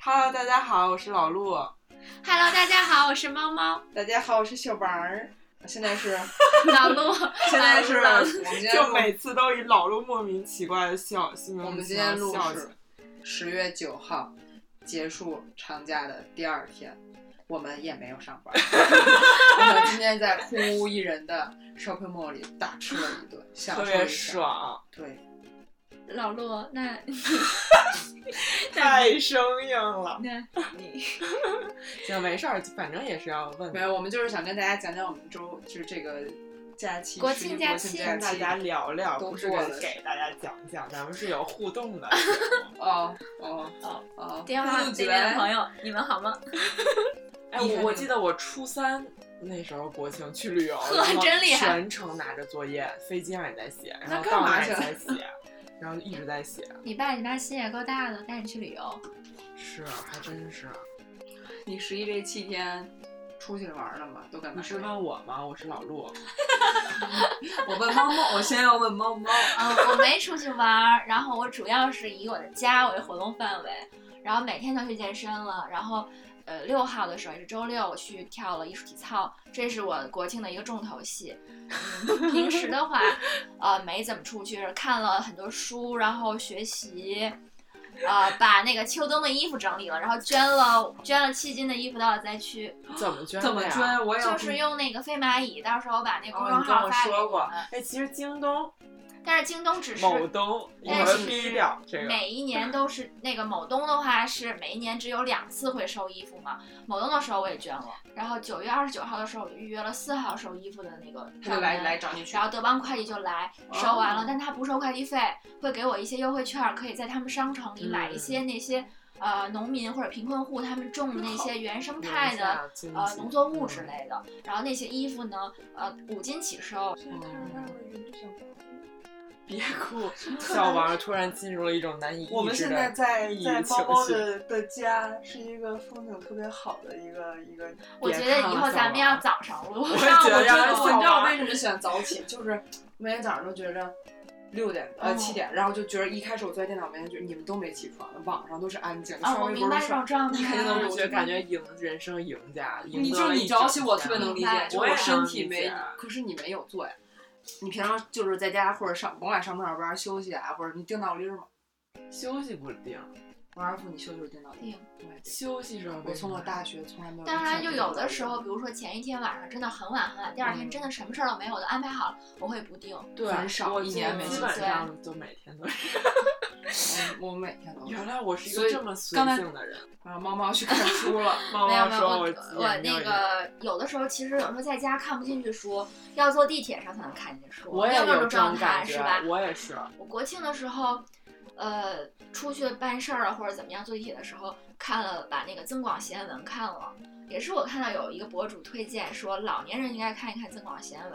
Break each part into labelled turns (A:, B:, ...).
A: Hello，大家好，我是老陆。
B: Hello，大家好，我是猫 猫
C: 大家好，我是小王儿。现在 是，
B: 老陆。
C: 现在是
A: 老
C: 我们今
A: 就
C: 天录
A: 每次都以老陆莫名其怪的笑，我
C: 我们今天录
A: 笑起
C: 是十月九号，结束长假的第二天，我们也没有上 班。我们今天在空无一人的 shopping mall 里大吃了一顿，享
A: 特
C: 受
A: 别
C: 一下。
A: 爽，
C: 对，
B: 老陆，那
A: 太生硬了。
B: 那你
A: 行，没事儿，反正也是要问
C: 没
A: 的，
C: 有，我们就是想跟大家讲讲我们周就是这个假期，
B: 国
C: 十一
B: 庆
C: 国
B: 假
C: 庆
B: 期啊
C: 假
A: 跟大
C: 期
A: 家聊聊，
C: 都
A: 不是
C: 过了
A: 给大家讲讲，咱们是有互动的。
C: 哦哦哦，
B: 电话那
C: 录起
B: 边的
C: 来
B: 朋友，你们好吗？
A: 哎，
C: 你还
A: 我我
C: 挺
A: 记得我初三那时候国庆去 旅游，
B: 呵
A: 然后
B: 真厉害
A: 全程拿着作业，飞机上也在写，然
C: 那
A: 后
C: 干
A: 到
C: 嘛
A: 哪
C: 去
A: 也
C: 了
A: 在写，然后一直在写。
B: 你爸你妈心也够大的，带你去旅游。
A: 是，啊还真是。
C: 你十一这七天出去玩了吗？都干嘛
A: 你
C: 去
A: 是
C: 了？
A: 问我吗？我是老陆。
C: 我问猫猫，我先要问猫猫。
B: 嗯，我没出去玩儿，然后我主要是以我的家为活动范围，然后每天都去健身了，然后。呃，六号的时候也是周六，我去跳了艺术体操，这是我国庆的一个重头戏。嗯，平时的话，呃，没怎么出去，看了很多书，然后学习，呃，把那个秋冬的衣服整理了，然后捐了捐了七斤的衣服到了灾区，
A: 怎么捐？
C: 怎么追？？我也要
B: 就是用那个飞蚂蚁，到时候把那个公
A: 哦，
B: 众
A: 你跟
B: 号
A: 我
B: 发给
A: 说
B: 你
A: 过
B: 们。。
A: 哎，其实京东
B: 但是京东只是
A: 某东，我
B: 但
A: 们
B: 是
A: 逼掉这个。
B: 每一年都是那个某东的话是每一年只有两次会收衣服嘛。某东的时候我也捐了，然后九月二十九号的时候我就预约了四号收衣服的那个
C: 他就
B: 上
C: 来
B: 门
C: 来找你去
B: 然。后德邦快递就来
A: 哦
B: 收完了，但他不收快递费，会给我一些优惠券儿，可以在他们商城里买一
A: 嗯
B: 些那些、呃农民或者贫困户他们种的那些原生态的
A: 啊
B: 呃农作
A: 嗯
B: 物之类的。然后那些衣服呢，呃五斤起收，
C: 嗯
A: 别哭，小王突然进入了一种难以抑制的
D: 我们现在在
A: 抑郁
D: 在
A: 情
D: 猫猫
A: 绪
D: 的的家，是一个风景特别好的一个一个。
B: 我
A: 别
B: 觉得
A: 看
B: 以
A: 了
B: 后
A: 小
B: 咱
A: 王
B: 们要早上录，
A: 我也
B: 让
A: 觉得
B: 我知
C: 我知
A: 让人
C: 道
A: 小
B: 道
C: 我
A: 玩
C: 知道为什么喜欢早起，就是每天早上都觉着六点呃
D: 哦
B: 嗯
C: 七点，然后就觉得一开始我坐在电脑面前，就你们都没起床，网上都是安静的，
B: 啊，
C: 刷
B: 我
C: 微
B: 明
C: 博
B: 白
C: 都
B: 这
C: 是
B: 种状态。
C: 你肯定能
A: 我
C: 我
A: 觉得感觉赢人生赢家，赢
C: 你
A: 得
C: 就
A: 了
C: 你
A: 一
C: 着
A: 整
C: 急，我特别
A: 天
C: 能理
B: 明白
C: 解，就
A: 我也
C: 我身
A: 能
C: 体
A: 理
C: 没
A: 解，
C: 可是你没有做呀。你平常就是在家或者上，甭管上多少班休息啊，或者你定闹铃吗？
A: 休息不定，
C: 王二富，你休息时候定闹铃
B: 定？
C: 我也定
A: 休息时候
C: 我从我
A: 大
C: 大学从来没有。
B: 当然，就有的时候，，比如说前一天晚上真的很晚很晚，第二
A: 嗯
B: 天真的什么事儿都没有，我都安排好了，我会不定。
A: 对
C: 很少
A: 我
C: 一
A: 基
C: 年没
A: 基
C: 休
A: 本
B: 息
A: 上都每天 都是。
C: 我我每天都。
A: 原来我是一
C: 所
A: 个
C: 以
A: 这么随
C: 刚才
A: 性的人。
C: 然后猫猫去看书 了。
A: 猫
B: 没有
A: 猫
B: 没有，
A: 说
B: 我我
A: 研究
B: 那
A: 一下
B: 个有的时候其实有时候在家看不进去书，要坐地铁上才能看进去书。
A: 我
B: 你
A: 也
B: 有这
A: 这
B: 状
A: 种
B: 态
A: 感
B: 是
A: 觉，
B: 吧？
A: 我也是。
B: 我国庆的时候，呃，出去办事儿啊或者怎么样，坐地铁的时候看了把那个《增广贤文》看了，也是我看到有一个博主推荐说老年人应该看一看《增广贤文》，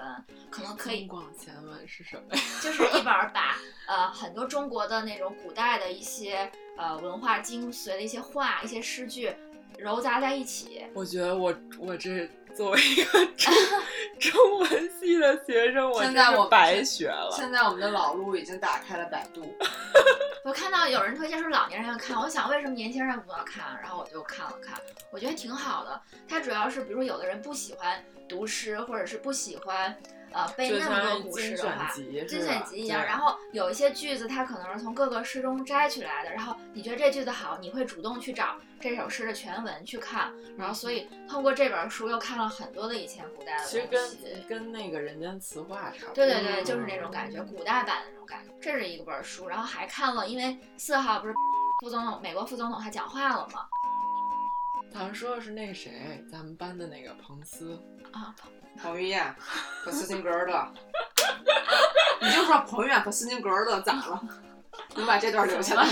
B: 可能可以
A: 广前文是什么？
B: 就是一本儿把呃很多中国的那种古代的一些呃文化精髓的一些话、一些诗句糅杂在一起。
A: 我觉得我我这作为一个中中文系的学生，我
C: 现
A: 真
C: 在
A: 是
C: 我
A: 白学了。
C: 现在我们的老陆已经打开了百度，
B: 我看到有人推荐说老年人要看，我想为什么年轻人不要看？然后我就看了看，我觉得挺好的。它主要是比如说有的人不喜欢读诗，或者是不喜欢呃背
A: 就
B: 那么
A: 像
B: 多古诗
A: 精
B: 的
A: 选
B: 话。
A: 集，
B: 精选集一样，然
A: 后
B: 后有一些句子，它可能是从各个诗中摘取来的，然后你觉得这句子好，你会主动去找这首诗的全文去看，然后所以通过这本书又看了很多的以前古代的
A: 其实
B: 东西。
A: 跟嗯跟那个人间词话差不多。
B: 对对对，就是那种感觉，古代版的那种感觉。这是一本儿书，然后还看了，因为四号不是副总统，美国副总统他讲话了嘛，
A: 好像说的是那个谁，咱们班的那个彭斯，
B: 啊，
C: 彭于晏和斯琴格尔德。 你就说彭于晏和斯琴格尔德咋了？你把这段留下来。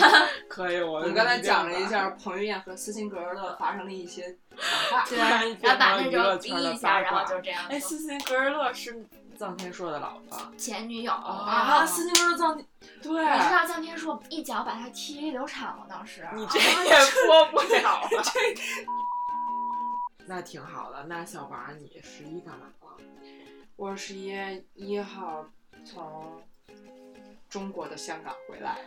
A: 可以，我
C: 我们刚才讲了一，下彭于晏和斯琴格尔德发生了一些讲话。
B: 对，啊
A: 然
B: 然后把那
A: 变成了娱乐
B: 种逼
A: 圈的
B: 一下，
A: 八
B: 然后
A: 卦
B: 就这样
A: 哎，
B: 说
A: 斯琴格尔乐是臧天朔的老婆，
B: 前女友。然后
C: 啊，斯琴格尔德，
A: 哦对，
B: 你知道臧天朔一脚把他踢流产了，当时。啊
A: 你 这也说不了啊了。 那挺好的。那小王，你十 一干嘛了？
C: 我十一月一号从中国的香港回来，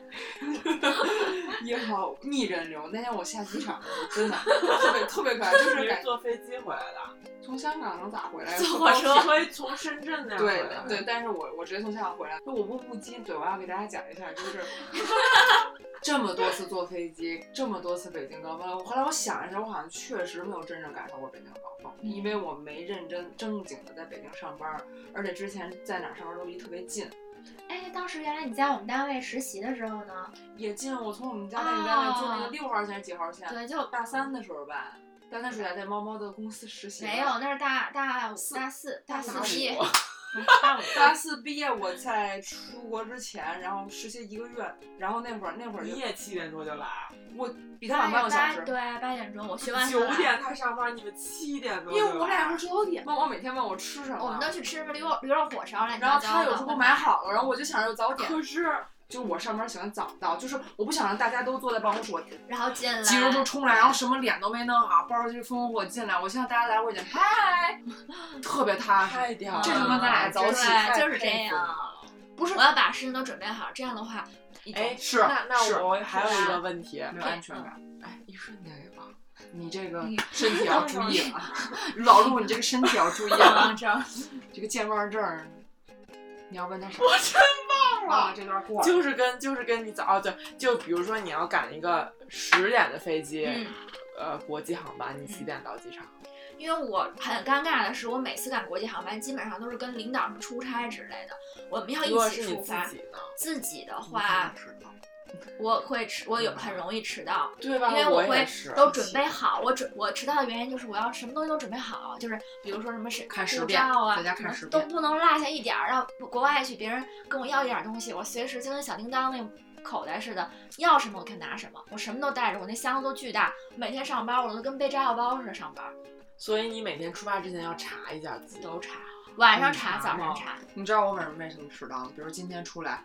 C: 也好逆人流。那天我下机场的时候，真的特别特别可爱，就是
A: 你
C: 感
A: 是
C: 觉
A: 坐飞机回来 的，
C: 从香港能咋 回来？
B: 坐
C: 高
B: 火
C: 铁
B: 车
A: 所以从深圳那样回
C: 对
A: 来的
C: 对，但是我我直接从香港回来，就我不不鸡嘴，我要给大家讲一下，就是 这么多次坐飞机，这么多次北京高峰，我后来我想一下，我好像确实没有真正感受过北京的高峰，因为我没认真正经的在北京上班，而且之前在哪儿上班都离特别近，
B: 哎，当时原来你在我们单位实习的时候呢？
C: 也近，啊我从我们家那个单位坐那个
B: 哦
C: 六号线还是几号线？
B: 对，就
C: 大三的时候吧，大三暑假在猫猫的公司实习，
B: 没有，。那是大大五、大四、大四
C: 大五
B: 毕 业，嗯大五。
C: 大四毕业，我在出国之前，然后实习一个月，然后那会儿那会儿就
A: 你也七点多就来，
C: 我比他
B: 八
C: 晚半个小
B: 八
C: 时，
B: 对八点钟，我学完
A: 九
B: 课了，
A: 点他上班，你们七点多就
C: 因
A: 来，
C: 为我们俩是九点。猫猫每天问我吃什么，
B: 我们都去吃驴肉驴肉火烧了。
C: 然后他有时候买好了，然后我就想着早点。
A: 可是
C: 就我上班喜欢早到，就是我不想让大家都坐在办公室，我
B: 然后进来，
C: 急着就冲来，然后什么脸都没弄好，抱着这风火进来。我希望大家来我已经嗨，特别踏实。
D: 太屌了！
C: 这他妈咱俩早起
B: 嗯对，
C: 太
B: 就是这
C: 佩服
B: 样。
C: 不是
B: 我要把事情都准备好，这样的话，
A: 哎，
C: 是
A: 那
C: 是
A: 那我还有一个问题，
C: 没有安全感，
A: 哎，一瞬间给忘了。
C: 你这个
B: 嗯
C: 身体要注意啊， 老陆你这个身体要注意啊，
B: 这样
C: 这个健忘症儿，你要问他啥？
A: 我真
C: 啊，这段过了。
A: 就是跟就是跟你早哦对，就比如说你要赶一个十点的飞机，
B: 嗯
A: 呃，国际航班，你几点到机场？
B: 因为我很尴尬的是，我每次赶国际航班，基本上都是跟领导们出差之类的，我们要
A: 如果
B: 一
A: 是
B: 起
A: 你
B: 出
A: 自
B: 发。
A: 己呢？
B: 自己的
A: 你可
B: 话
A: 能，知道
B: 我会迟，我有很容易迟到，
A: 对吧？
B: 因为
A: 我
B: 会
A: 也是
B: 都准备好。我准我迟到的原因就是我要什么东西都准备好，就是比如说什么是
C: 看
B: 护
C: 十遍
B: 照啊
C: 在家
B: 什
C: 看
B: 么
C: 十
B: 都
C: 遍
B: 不能落下一点儿。让国外去别人跟我要一点儿东西，我随时就跟小叮当那种口袋似的，要什么我就拿什么，我什么都带着，我那箱子都巨大，每天上班我都跟背炸药包似的上班，
A: 所以你每天出发之前要查一下自己。
B: 都查，晚上
C: 你
B: 查，
C: 查
B: 早上
C: 吗
B: 查，
C: 你知道我为什么为什么迟到吗？比如今天出来，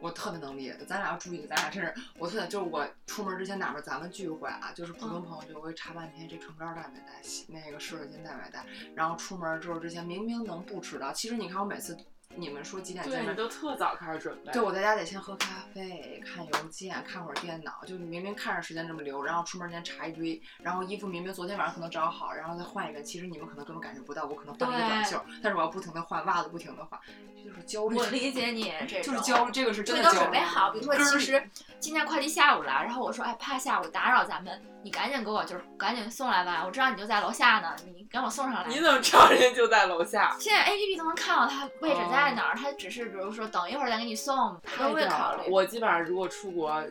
C: 我特别能理解，咱俩要注意，咱俩真是我特就是我出门之前，哪怕咱们聚会啊，就是
A: 嗯
C: 普通朋友就会查半天这唇膏带没带，洗那个湿纸巾带没带，然后出门之后之前明明能不迟到，其实你看我每次你们说几点见
A: 对你
C: 面。
A: 都特早开始准备。
C: 对，我在家得先喝咖啡，看邮件，看会儿电脑，就明明看着时间这么流，然后出门前查一堆，然后衣服明明昨天晚上可能找好，然后再换一遍，其实你们可能根本感觉不到，我可能换了一个短
B: 对
C: 袖，但是我要不停的换袜子，不停的换，这就是焦虑。
B: 我理解你这
C: 就
B: 种。
C: 是焦虑，这个是
B: 就
C: 真的
B: 都
C: 焦
B: 准
C: 虑
B: 备好，比如说
C: 根
B: 其
C: 儿
B: 实今天快递下午来，然后我说哎怕下午打扰咱们，你赶紧给我就是赶紧送来吧，我知道你就在楼下呢，你给我送上来
A: 你。怎么知道人家就在楼 下？
B: 现在 A P P 都能看到它位置在哪儿，它只是比如说等一会儿再给你送，都会考虑。
A: 我基本上如果出国，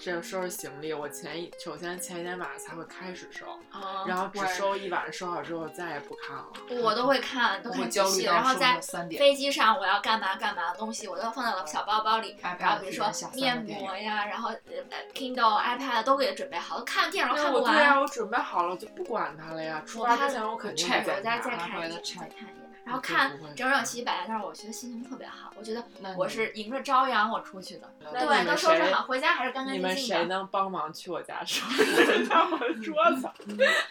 A: 这收拾行李，我前一首先前一天晚上才会开始收，
B: 嗯，
A: 然后只
C: 我也是
A: 收一晚上，收好之后再也不看了。
B: 我都会看，都
C: 我会
B: 看
C: 焦
B: 仔
C: 虑
B: 细，
C: 到
B: 然后
C: 深
B: 在
C: 夜三点
B: 飞机上我要干嘛干嘛的东西，我都放在我的小包包里。
C: iPad
B: 然后比如说
C: 提前下三个
B: 面
C: 电
B: 膜呀，然后呃 Kindle、iPad 都给准备好，看电影都
A: 那
B: 看
A: 我
B: 不
A: 对啊
B: 完。
A: 呀，我准备好了，我就不管它了呀。出发之前我肯定
B: 拆
A: 会
B: 了我
A: 检
B: 再
A: 查。
B: 再
C: 拿
B: 看
C: 回
B: 一
C: 来
B: 眼，
C: 拆
B: 再看一眼，然后
A: 对
B: 看
A: 不会
B: 整整齐摆在那儿，我觉得心情特别好。我觉得
C: 那
B: 我
C: 你
B: 是迎着朝阳我出去的，
A: 那
B: 对，
A: 你
B: 都
A: 们
B: 收拾
A: 谁
B: 好，回家还是干干
A: 你们
B: 净
A: 谁
B: 净的。
A: 能帮忙去我家收拾一 下我的桌子？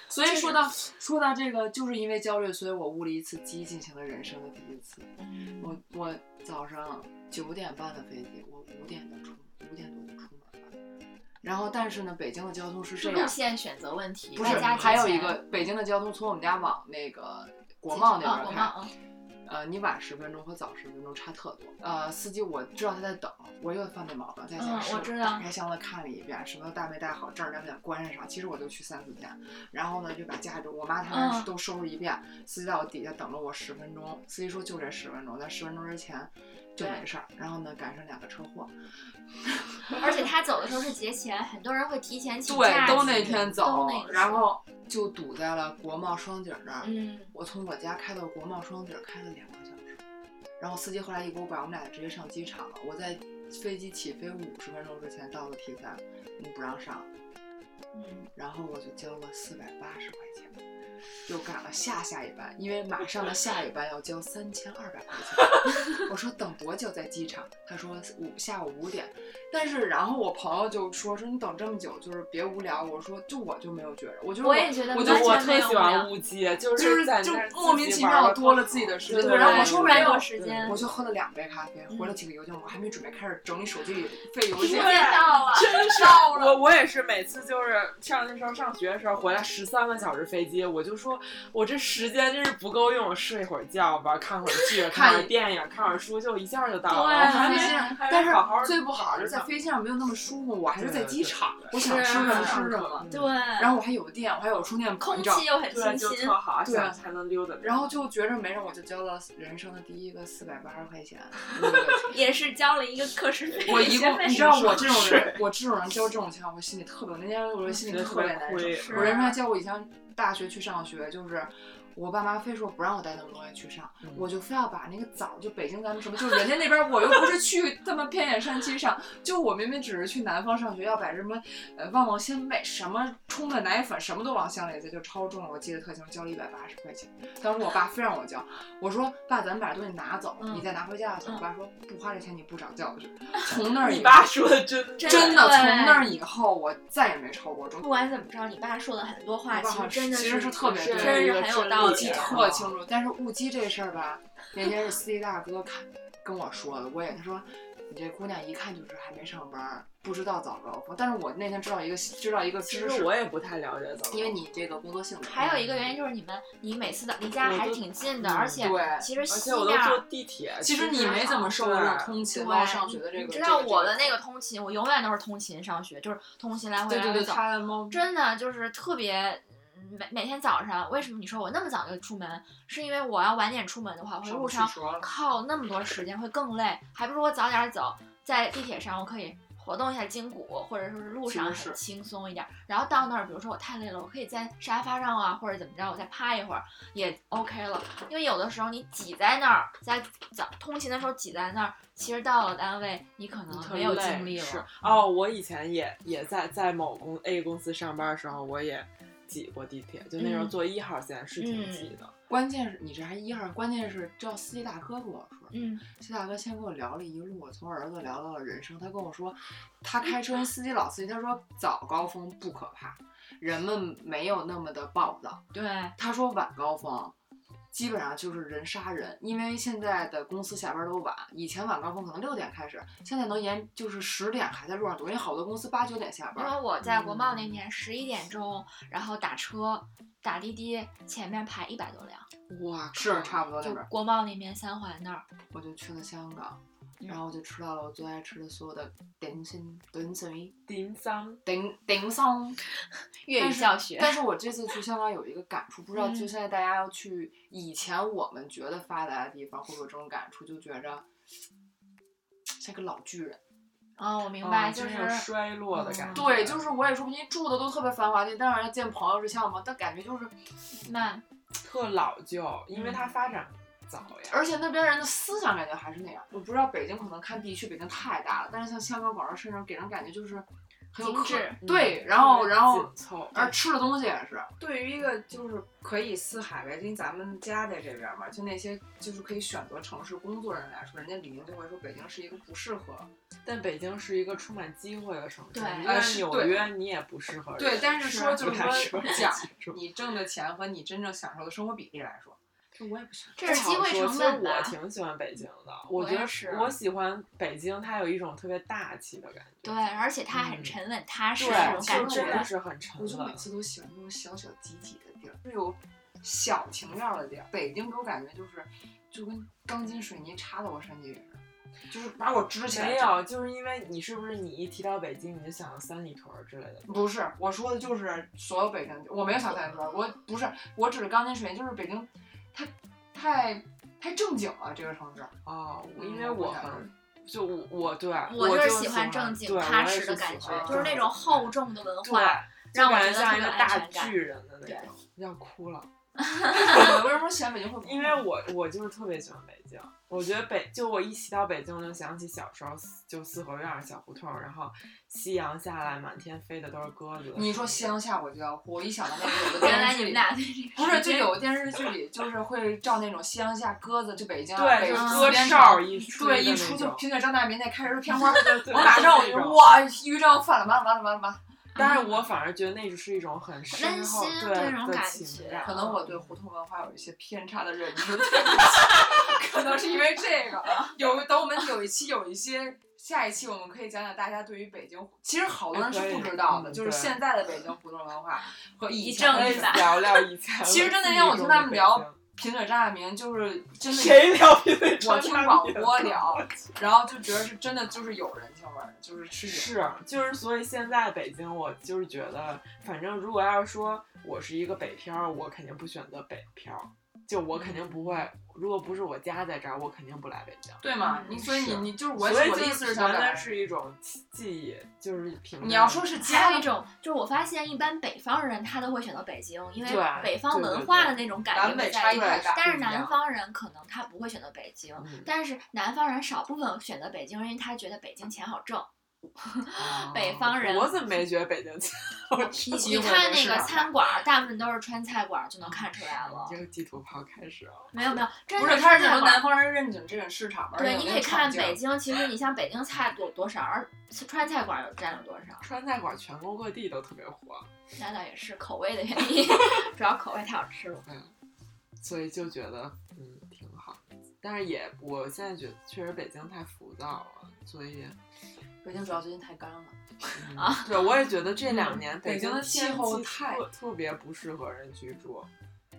C: 所以说到说到这个，就是因为焦虑，所以我捂了一次鸡，进行了人生的第一次。
B: 嗯
C: 我我早上九点半的飞机，我五点就出五点多就出门了。然后，但是呢，北京的交通是这
B: 是
C: 样
B: 路，线选择问题，
C: 不
B: 外
C: 是
B: 加
C: 还有
B: 节
C: 一
B: 前
C: 个北京的交通，从我们家往那个国贸那边
B: 啊国
C: 开，
B: 贸嗯
C: 呃，你晚十分钟和早十分钟差特多。呃，司机我知道他在等，我又犯那毛病，在家
B: 嗯
C: 试
B: 我知道
C: 打开箱子看了一遍，什么都带没带好，证儿带没带关上啥，其实我就去三四天，然后呢就把家里我妈他们
B: 嗯
C: 都收拾一遍，司机在我底下等了我十分钟，司机说就这十分钟，在十分钟之前就
B: 对
C: 没事儿，然后呢赶上两个车祸，
B: 而且他走的时候是节前，很多人会提前请假去，
C: 对，都那天走
B: 都那，个时
C: 然
B: 候
C: 后就堵在了国贸双井那儿，
B: 嗯，
C: 我从我家开到国贸双井开了两个小时，然后司机后来一给我拐，我们俩就直接上机场了。我在飞机起飞五十分钟之前到了 T 三，你不让上，
B: 嗯
C: 然后我就交了四百八十块钱。又赶了下下一班，因为马上的下一班要交三千二百块钱。我 说等多久在机场？他说五下午五点。但是然后我朋友就说说你等这么久就是别无聊。我说就我就没有觉着，我觉得
B: 我也觉得
C: 我就
B: 完
A: 我
B: 全没
A: 特
B: 有
A: 喜
B: 无
A: 欢
B: 聊
A: 误机，就
C: 就是
A: 是在
C: 就
A: 那儿自
C: 莫名
A: 己
C: 其
A: 玩
C: 妙
A: 儿
C: 多
A: 特
C: 了自己
A: 好
C: 的时间，
A: 对
C: 然后我
B: 突
C: 说
B: 然
C: 没
B: 有
C: 有
B: 时
A: 对
B: 间
C: 我就喝了两杯咖啡，
B: 嗯
C: 回了几个邮件，我还没准备开始整理手机里废邮
B: 时间
A: 啊
C: 件。
B: 到了，
A: 真是我，我也是每次就是上那时候上学的时候回来十三个小时飞机，我就说我这时间真是不够用，我睡会儿觉吧，看会儿剧，看会儿电影，看会儿书，就一下就到了。
B: 对
A: 我还没
C: 但是
A: 还没
C: 但是
A: 好好
C: 最不好是在
A: 上
C: 飞机上没有那么舒服，我还是在机场，我
A: 对对
C: 想
A: 对
C: 吃什
B: 是
C: 么
B: 啊
C: 吃什么，
B: 对，
C: 然后我还有电，我还有充电宝，
B: 空
C: 你知道啊
B: 气又很
A: 嗯对
B: 清
A: 就
B: 新
A: 特，好，
C: 对
A: 想才能溜达。
C: 然后就觉着没人，我就交了人生的第一个四百八十块 钱。我的 天
B: 也是交了一个课时费。
C: 我一
B: 学
C: 共，
B: 费
C: 你知道我这种人，我这种人交这种钱，我心里特别，那天我心里
A: 觉得
C: 特别难受。
A: 亏，
B: 是
C: 我人生还教我以前大学去上学，就是我爸妈非说不让我带那么多东西去上，
A: 嗯
C: 我就非要把那个枣，就北京咱们什么，就是人家那边我又不是去他们偏远山区上，就我明明只是去南方上学，要把什么呃旺旺仙贝、什么冲的奶粉什么都往箱里塞，就超重了，我记得特清，交了一百八十块钱。当时我爸非让我交，我说爸，咱们把东西拿走，
B: 嗯
C: 你再拿回家去。
B: 嗯
C: 我爸说不花这钱你不长教训。从那儿以
A: 你
C: 后
A: 爸说的真
B: 真
C: 真的
B: 对
C: 从那儿以后，我再也没超过重。
B: 不管怎么着，你爸说的很多话，
C: 我爸
B: 其
C: 好
B: 实
C: 像
B: 真的
C: 其实
B: 是
C: 是特别
B: 真
C: 对
B: 是很有道
C: 我
B: 理
C: 记
A: 是
C: 得
B: 的。嗯
C: 特清楚，但是误机这事儿吧，那天是司机大哥看跟我说的，我也他说你这姑娘一看就是还没上班儿，不知道早高峰。但是我那天知道一个知道一个
A: 其
C: 知
A: 实
C: 识，
A: 我也不太了解怎么，
C: 因为你这个工作性质，
B: 还有一个原因就是你们，你每次的离家还是挺近的，
A: 我都
B: 而且
C: 嗯对
B: 其实
A: 而
B: 西
A: 且我都
B: 面
A: 坐
B: 儿。
A: 地铁，
C: 其实你没怎么受过这种通勤到上学的这
B: 对，
C: 个，
B: 你知道
C: 这个
B: 我的那个通勤，我永远都是通勤上学，就是通勤来回
C: 对
B: 来
C: 对
B: 回
C: 对，
B: 走。
C: 他的猫
B: 真的就是特别，嗯每每天早上，为什么你说我那么早就出门？是因为我要晚点出门的话，我会路上
C: 上不去学了
B: 靠那么多时间会更累，还不如我早点走，在地铁上我可以活动一下筋骨，或者说是路上
C: 是
B: 很
C: 是
B: 轻松一点。然后到那儿，比如说我太累了，我可以在沙发上啊，或者怎么着，我再趴一会儿也 OK 了。因为有的时候你挤在那儿，在早通勤的时候挤在那儿，其实到了单位你可能
A: 特
B: 没有
A: 累
B: 精力
A: 是
B: 了。
C: 嗯
A: 哦，我以前也也在在某公 A 公司上班的时候，我也挤过地铁，就那时候
B: 嗯
A: 坐一号线是挺挤
C: 嗯
A: 的。
C: 关键是你这还一号，关键是知道司机大哥跟我说，
B: 嗯，
C: 这大哥先跟我聊了一路，我从儿子聊到了人生。他跟我说，他开车司机老司机，他说早高峰不可怕，人们没有那么的暴躁。
B: 对。
C: 他说晚高峰基本上就是人杀人，因为现在的公司下班都晚，以前晚高峰可能六点开始，现在能延就是十点还在路上堵，因为好多公司八九点下
B: 因
C: 班。
B: 为我在国贸
C: 嗯
B: 那年十一点钟，然后打车打滴滴，前面排一百多辆，
A: 哇，
C: 是差不多那
B: 就
C: 边儿，
B: 国贸那边三环那儿。
C: 我就去了香港，
B: 嗯
C: 然后我就吃到了我最爱吃的所有的点心、点心、
A: 顶桑
C: 点点心。
B: 粤语教学，
C: 但是我这次去香港有一个感触，不知道
B: 嗯
C: 就现在大家要去以前我们觉得发达的地方，会不会有这种感触？就觉着像个老巨人。
B: 嗯，我明白，
A: 嗯
B: 就
A: 真
B: 是
A: 有衰落的感觉。
C: 嗯对，就是我也说不清，住的都特别繁华，但是人家见朋友是像吗？但感觉就是，
B: 慢，
A: 特老旧，因为它发展早呀。
C: 嗯
A: 嗯
C: 而且那边人的思想感觉还是那样。我不知道北京可能看地区，北京太大了，但是像香港、广州、深圳给人感觉就是很有
B: 精
C: 可
B: 致嗯
C: 对，然后然后
A: 紧凑，
D: 啊
C: 而吃的东西也是，
D: 对于一个就是可以四海为邻，咱们家在这边嘛，就那些就是可以选择城市工作人来说，人家理应就会说北京是一个不适合。
A: 但北京是一个充满机会的城市，
B: 对
A: 你
D: 呃
A: 在
D: 是
A: 纽
D: 对
A: 约你也不适合人。
D: 对，但是啊
B: 是
D: 说就
A: 不
D: 是
A: 太适
D: 说
A: 合人
D: 讲
A: 居住
D: 你挣的钱和你真正享受的生活比例来说，这我也不喜欢。
B: 这是
A: 不
B: 机
A: 好
B: 会
A: 说啊
B: 成
A: 其
B: 本
A: 实
B: 吧
A: 我？挺喜欢北京的，
B: 我
A: 我觉
B: 也
A: 得
B: 是
A: 我喜欢北京，它有一种特别大气的感觉。
B: 对，而且它很
A: 嗯
B: 沉稳踏实那种
A: 对，
B: 感
A: 就真
B: 觉
A: 的。是很沉
D: 我就每
A: 稳。
D: 次都喜欢那种小小挤挤的地儿，就是有小情调的地儿。北京给我感觉就是，就跟钢筋水泥插到我身体里似的，就是把我支起来。
A: 没有，就是因为你是不是你一提到北京，你就想到三里屯儿之类的？
C: 不是，我说的就是所有北京，我没有想三里屯，我不是，我只是钢筋水泥，就是北京，它太太正经了，这个城 市。
A: 哦，我因为
C: 嗯
A: 我
C: 我想
A: 很，就我我对
B: 我
A: 就
B: 就是
A: 喜
B: 喜欢正经
A: 对
B: 踏
A: 我也
B: 实的
A: 喜
B: 感觉
A: 欢，
B: 就是那种厚重的文
A: 对
B: 化，，
A: 就
B: 让我
A: 感
B: 觉得特
A: 像一
B: 别
A: 个
B: 有安
A: 大
B: 全感
A: 巨人的那
B: 对
A: 种，要哭了。
C: 我为什么选北京会不会？
A: 因为我我就是特别喜欢北京，我觉得北就我一提到北京，就想起小时候四就四合院儿小胡同儿，然后夕阳下来，满天飞的都是鸽子。
C: 你一说夕阳下我就要哭，我一想到那个有的
B: 原
C: 电
B: 来
C: 视
B: 你们
C: 剧里，
B: 俩 对这个
C: 不是就有的电视剧里就是会照那种夕阳下鸽子，就北京啊
A: 对，
C: 北
A: 就
C: 京
A: 是
C: 四
A: 鸽
C: 边
A: 哨
C: 城
A: 儿一吹
C: 对，
A: 的
C: 一
A: 那
C: 出就
A: 种
C: 听见张大民那开始 片花，
A: 对对
C: 我马上我
A: 是
C: 就
A: 那种
C: 哇，抑郁症犯了，完了完了完了完了。
A: 但是我反而觉得那就是一种很深
B: 温
A: 厚
B: 馨
A: 对
B: 这种
A: 的
B: 感
A: 情
B: 觉
A: 感。嗯
C: 可能我对胡同文化有一些偏差的认知，对不起可能是因为这个。啊有等我们有一期有一些，下一期我们可以讲讲大家对于北京，其实好多人是不知道的，
A: 嗯
C: 就是
A: 对
C: 现在的北京胡同文化和以
B: 一
C: 前
B: 正
C: 的
A: 可
B: 一
A: 以
C: 北
B: 反
A: 聊聊以前我记忆中的北京。
C: 其实真的让我听他们聊贫嘴张大民，就是真的
A: 谁聊贫嘴
C: 我
A: 张
C: 听
A: 大
C: 广
A: 民
C: 播聊， 然后就觉得是真的，就是有人听味儿，就是是有。
A: 是，就是所以现在北京，我就是觉得，反正如果要是说我是一个北漂儿，我肯定不选择北漂儿，就我肯定不会，如果不是我家在这儿，我肯定不来北京。
C: 对嘛？
B: 嗯
C: 你所以你
A: 是
C: 你就是我
A: 所以
C: 我
A: 就
C: 的意思
A: 是
C: 是想
A: 觉
C: 表达
A: 得，是一种记忆，就是平淡。
C: 你要说是家
B: 还有
C: 的
B: 一种，就是我发现一般北方人他都会选择北京，因为
A: 对
B: 北方
A: 对对
B: 文化
A: 对
B: 的那种感觉
C: 南北
B: 会在
C: 差异
B: 于
C: 太大，
B: 但是
A: 不一样
B: 南方人可能他不会选择北京，
A: 嗯
B: 但是南方人少部分选择北京，因为他觉得北京钱好挣。北方人
A: 我怎么没觉得北京强？
B: 你
A: 你
B: 你看那个餐馆儿，大部分都是川菜馆儿，就能看出来了
A: 这。个地图炮开始啊！
B: 没有没有，真
C: 不
B: 的
C: 是，他
B: 川
C: 是
B: 菜
C: 从
B: 馆
C: 南
B: 儿。
C: 方人认准这个市场嘛？而
B: 对，
C: 且
B: 你
C: 有
B: 可以
C: 那个场
B: 看
C: 景
B: 北京，其实你像北京菜多多少，而川菜馆儿有占了多少？
A: 川菜馆全国各地都特别火，
B: 那倒也是口味的原因， 主要口味太好吃了。
A: 所以就觉得嗯挺好。但是也，我现在觉得确实北京太浮躁了，所以
C: 北京主要最近太干了，
A: 啊，对，我也觉得这两年
C: 嗯北京
A: 京
C: 的气
A: 天
C: 候
A: 气
C: 太
A: 特特别不适合人居住。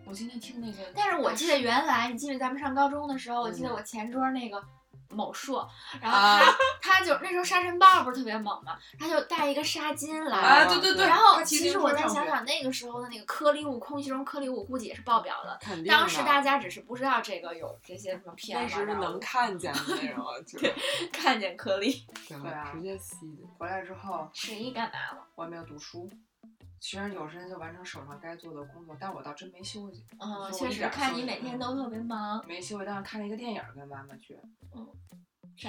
C: 我今天听那个，
B: 但是我记
C: 嗯
B: 得原来，你记得咱们上高中的时候，我记得
A: 嗯
B: 我前桌那个某硕，然后
C: 啊
B: 他就那时候沙尘暴不是特别猛嘛，他就带一个纱巾来，
C: 啊，对对对，
B: 然后
C: 他骑
B: 其实
C: 自行
B: 我
C: 车
B: 再
C: 上
B: 想
C: 学，
B: 想那个时候的那个颗粒物，空气中颗粒物估计也是爆表的。
A: 肯定
B: 当时
A: 的
B: 大家只是不知道这个有这些什么
A: 那
B: PM
A: 时是能看见的那种，就是
B: 看见颗粒。
A: 真
C: 对啊
A: 的直接 吸的。
C: 回来之后
B: 十一干嘛了？
C: 我也没有读书。其实有时间就完成手上该做的工作，但我倒真没休息，
B: 嗯，
C: 我
B: 确
C: 一
B: 实
C: 点儿
B: 看
C: 兴
B: 你
C: 趣
B: 每
C: 都
B: 天
C: 没
B: 都特别忙。
C: 没休息。但是看了一个电影儿跟妈妈去，
B: 什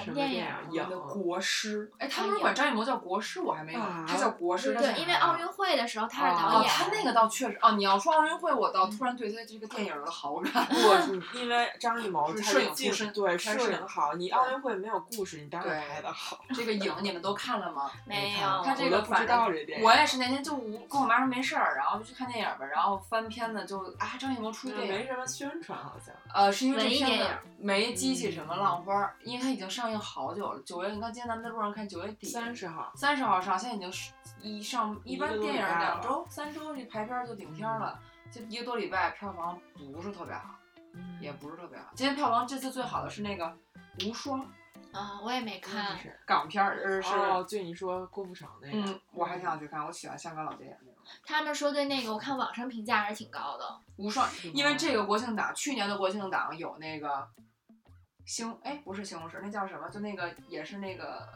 A: 什
B: 么
A: 么
B: 电
A: 电
B: 影儿？
A: 影
C: 我们的
A: 有
C: 国师，哎，他
B: 哎
C: 们
B: 有
C: 管张艺谋叫国师，我还没有，
A: 啊
C: 他叫国师，
B: 对
C: 但是
B: 对，因为奥运会的时候他是导
C: 哦，
B: 演。
C: 他那个倒确实哦。你要说奥运会，我倒突然对他这个电影儿的好 感。
A: 不，因为张艺谋
C: 是
A: 他
C: 摄
A: 的
C: 影
A: 镜
C: 出身
A: 对
C: 他是
A: 摄影
C: 摄影
A: 好，你奥运会没有故事，你当然
C: 对
A: 拍的好。
C: 这个影你们都看了吗？
B: 没
A: 看
B: 有，
C: 他这
A: 我
C: 个
A: 都不知
C: 反
A: 道这电影。
C: 我也是那天就无跟我妈说没事儿，然后就去看电影儿吧，然后翻片子就啊张艺谋出
A: 嗯
C: 电影
A: 没
C: 儿，
A: 什么宣传，好像
C: 呃是因为
B: 文
C: 这
B: 艺
C: 片
B: 电
C: 子
B: 影儿
C: 没激
A: 嗯
C: 起什么浪花儿，因为它已经上映好久了，九月你看今天咱们在路上看九月底
A: 三十号。
C: 三十号上，现在已经是一上
A: 一
C: 一
A: 个
C: 般
A: 多
C: 电影
A: 礼
C: 儿
A: 拜
C: 两
A: 了
C: 周三周这排片儿就顶天儿了，就一个多礼拜票房不是特别好，也
A: 嗯
C: 不是特别好。今天票房这次最好的是那个《无双》
B: 啊，我也
A: 嗯
B: 没看。
C: 港片儿，呃是。
A: 哦，对你说郭富城那个，
C: 嗯，我还挺想去看，我喜欢香港老电影那种。
B: 他们说对那个，我看网上评价还是挺高的。
C: 无双
A: 是，吗
C: 因为这个国庆档，去年的国庆档有那个星，哎，不是西红柿，那叫什么？就那个也是那个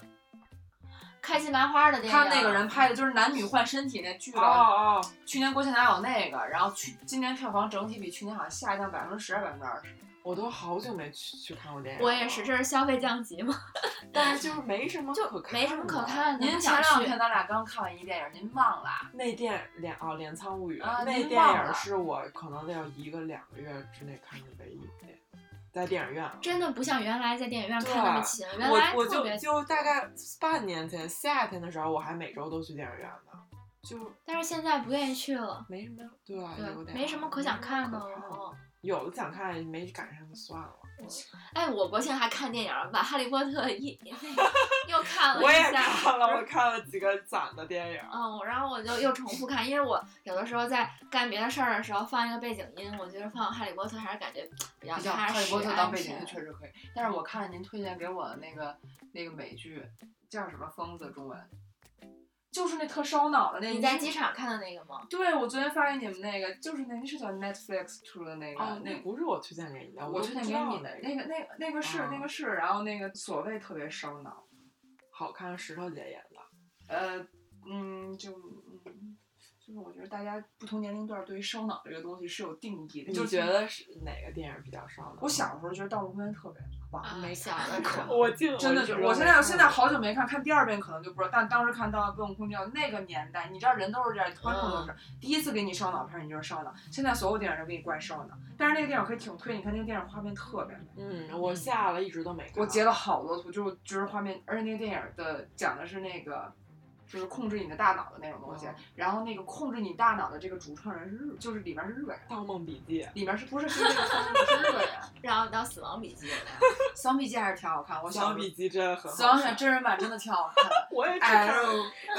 B: 开心麻花的电影，
C: 他那个人拍的，就是男女换身体那剧
A: 哦
C: 吧。
A: 哦，
C: 去年国庆档有那个，然后去今年票房整体比去年好像下降百分之十还是百分之二十。
A: 我都好久没去去看过电影了。
B: 我也是，这是消费降级嘛，
A: 但是就是没什么
B: 就
A: 可看
B: 没什么可
A: 的。
B: 看的。
C: 您
B: 不
C: 前
B: 想
C: 两
B: 去
C: 天咱俩刚看完一电影，您忘了？
A: 那电脸哦，《镰仓物语》
C: 啊
A: 那
C: 您
A: 电
C: 忘
A: 影
C: 了
A: 是我可能得有一个两个月之内看的唯一一遍，在电影院啊。
B: 真的不像原来在电影院看
A: 对
B: 那么勤，原来
A: 我我
B: 特
A: 就
B: 别，
A: 就大概半年前夏天的时候，我还每周都去电影院呢，就
B: 但是现在不愿意去了，
A: 没什么对啊，
B: 对
A: 有，点
B: 没什么可想看的了。
A: 了。
B: 哦
A: 有的想看，没赶上就算了。
B: 哎，我国庆还看电影儿，把《哈利波特》一 又看了
A: 我
B: 一
A: 也
B: 下，
A: 看了，我看了几个攒的电影。
B: 嗯，然后我就又重复看，因为我有的时候在干别的事儿的时候放一个背景音，我觉得放《哈利波特》还是感觉比较
C: 比较《
B: 踏
C: 哈利波
B: 实
C: 特》
B: 安
C: 当背景
B: 全
C: 音确实可以，但是我看了您推荐给我的那个那个美剧，叫什么《疯子》中文，就是那特烧脑的那。
B: 你在机？场看的那个吗？
C: 对，我昨天发给你们那个，就是那那是叫 Netflix 出的那个、
A: 哦，那
C: 那。
A: 不是我推荐给你的，
C: 我
A: 都
C: 推
A: 不
C: 荐
A: 知
C: 给
A: 道
C: 你的那个那个那个是、那
A: 哦
C: 个是，然后那个所谓特别烧脑，
A: 好看，石头姐演的。
C: 呃，嗯，就嗯，就是我觉得大家不同年龄段对于烧脑这个东西是有定义的。
A: 你
C: 就是
A: 觉得是哪个电影比较烧脑？
C: 我小时候觉得《盗墓空间》特别棒，
B: 啊
C: 没
B: 小
C: 看
B: 的时 候
A: 我进，
C: 真的，
A: 就是是
C: 我现在
A: 嗯
C: 现在好久没看，看第二遍可能就不知道，但当时看《盗梦空间》那个年代，你知道人都是这样，观众
A: 嗯
C: 都是、第一次给你烧脑片儿，你就是烧脑。现在所有电影都给你灌烧脑，但是那个电影可以挺推，你看那个电影画面特别美，
A: 嗯，我下了一直都没看。
C: 我截了好多图，就是就是画面，而且那个电影的讲的是那个。就是控制你的大脑的那种东西，
A: 嗯
C: 然后那个控制你大脑的这个主创人是日，就是里面是日本人，
A: 《盗梦笔记》，
C: 里面是不是是那个是日本人？啊
B: 然后到《死亡笔记》了。
C: 《死亡笔记》还是挺好看，我
A: 《
C: 小
A: 小
C: 时候
A: 笔记》真的很
C: 死亡
A: 好
C: 笔记
A: 看。
C: 真人版真的挺好看的，
A: 我也只
C: 哎
A: 看了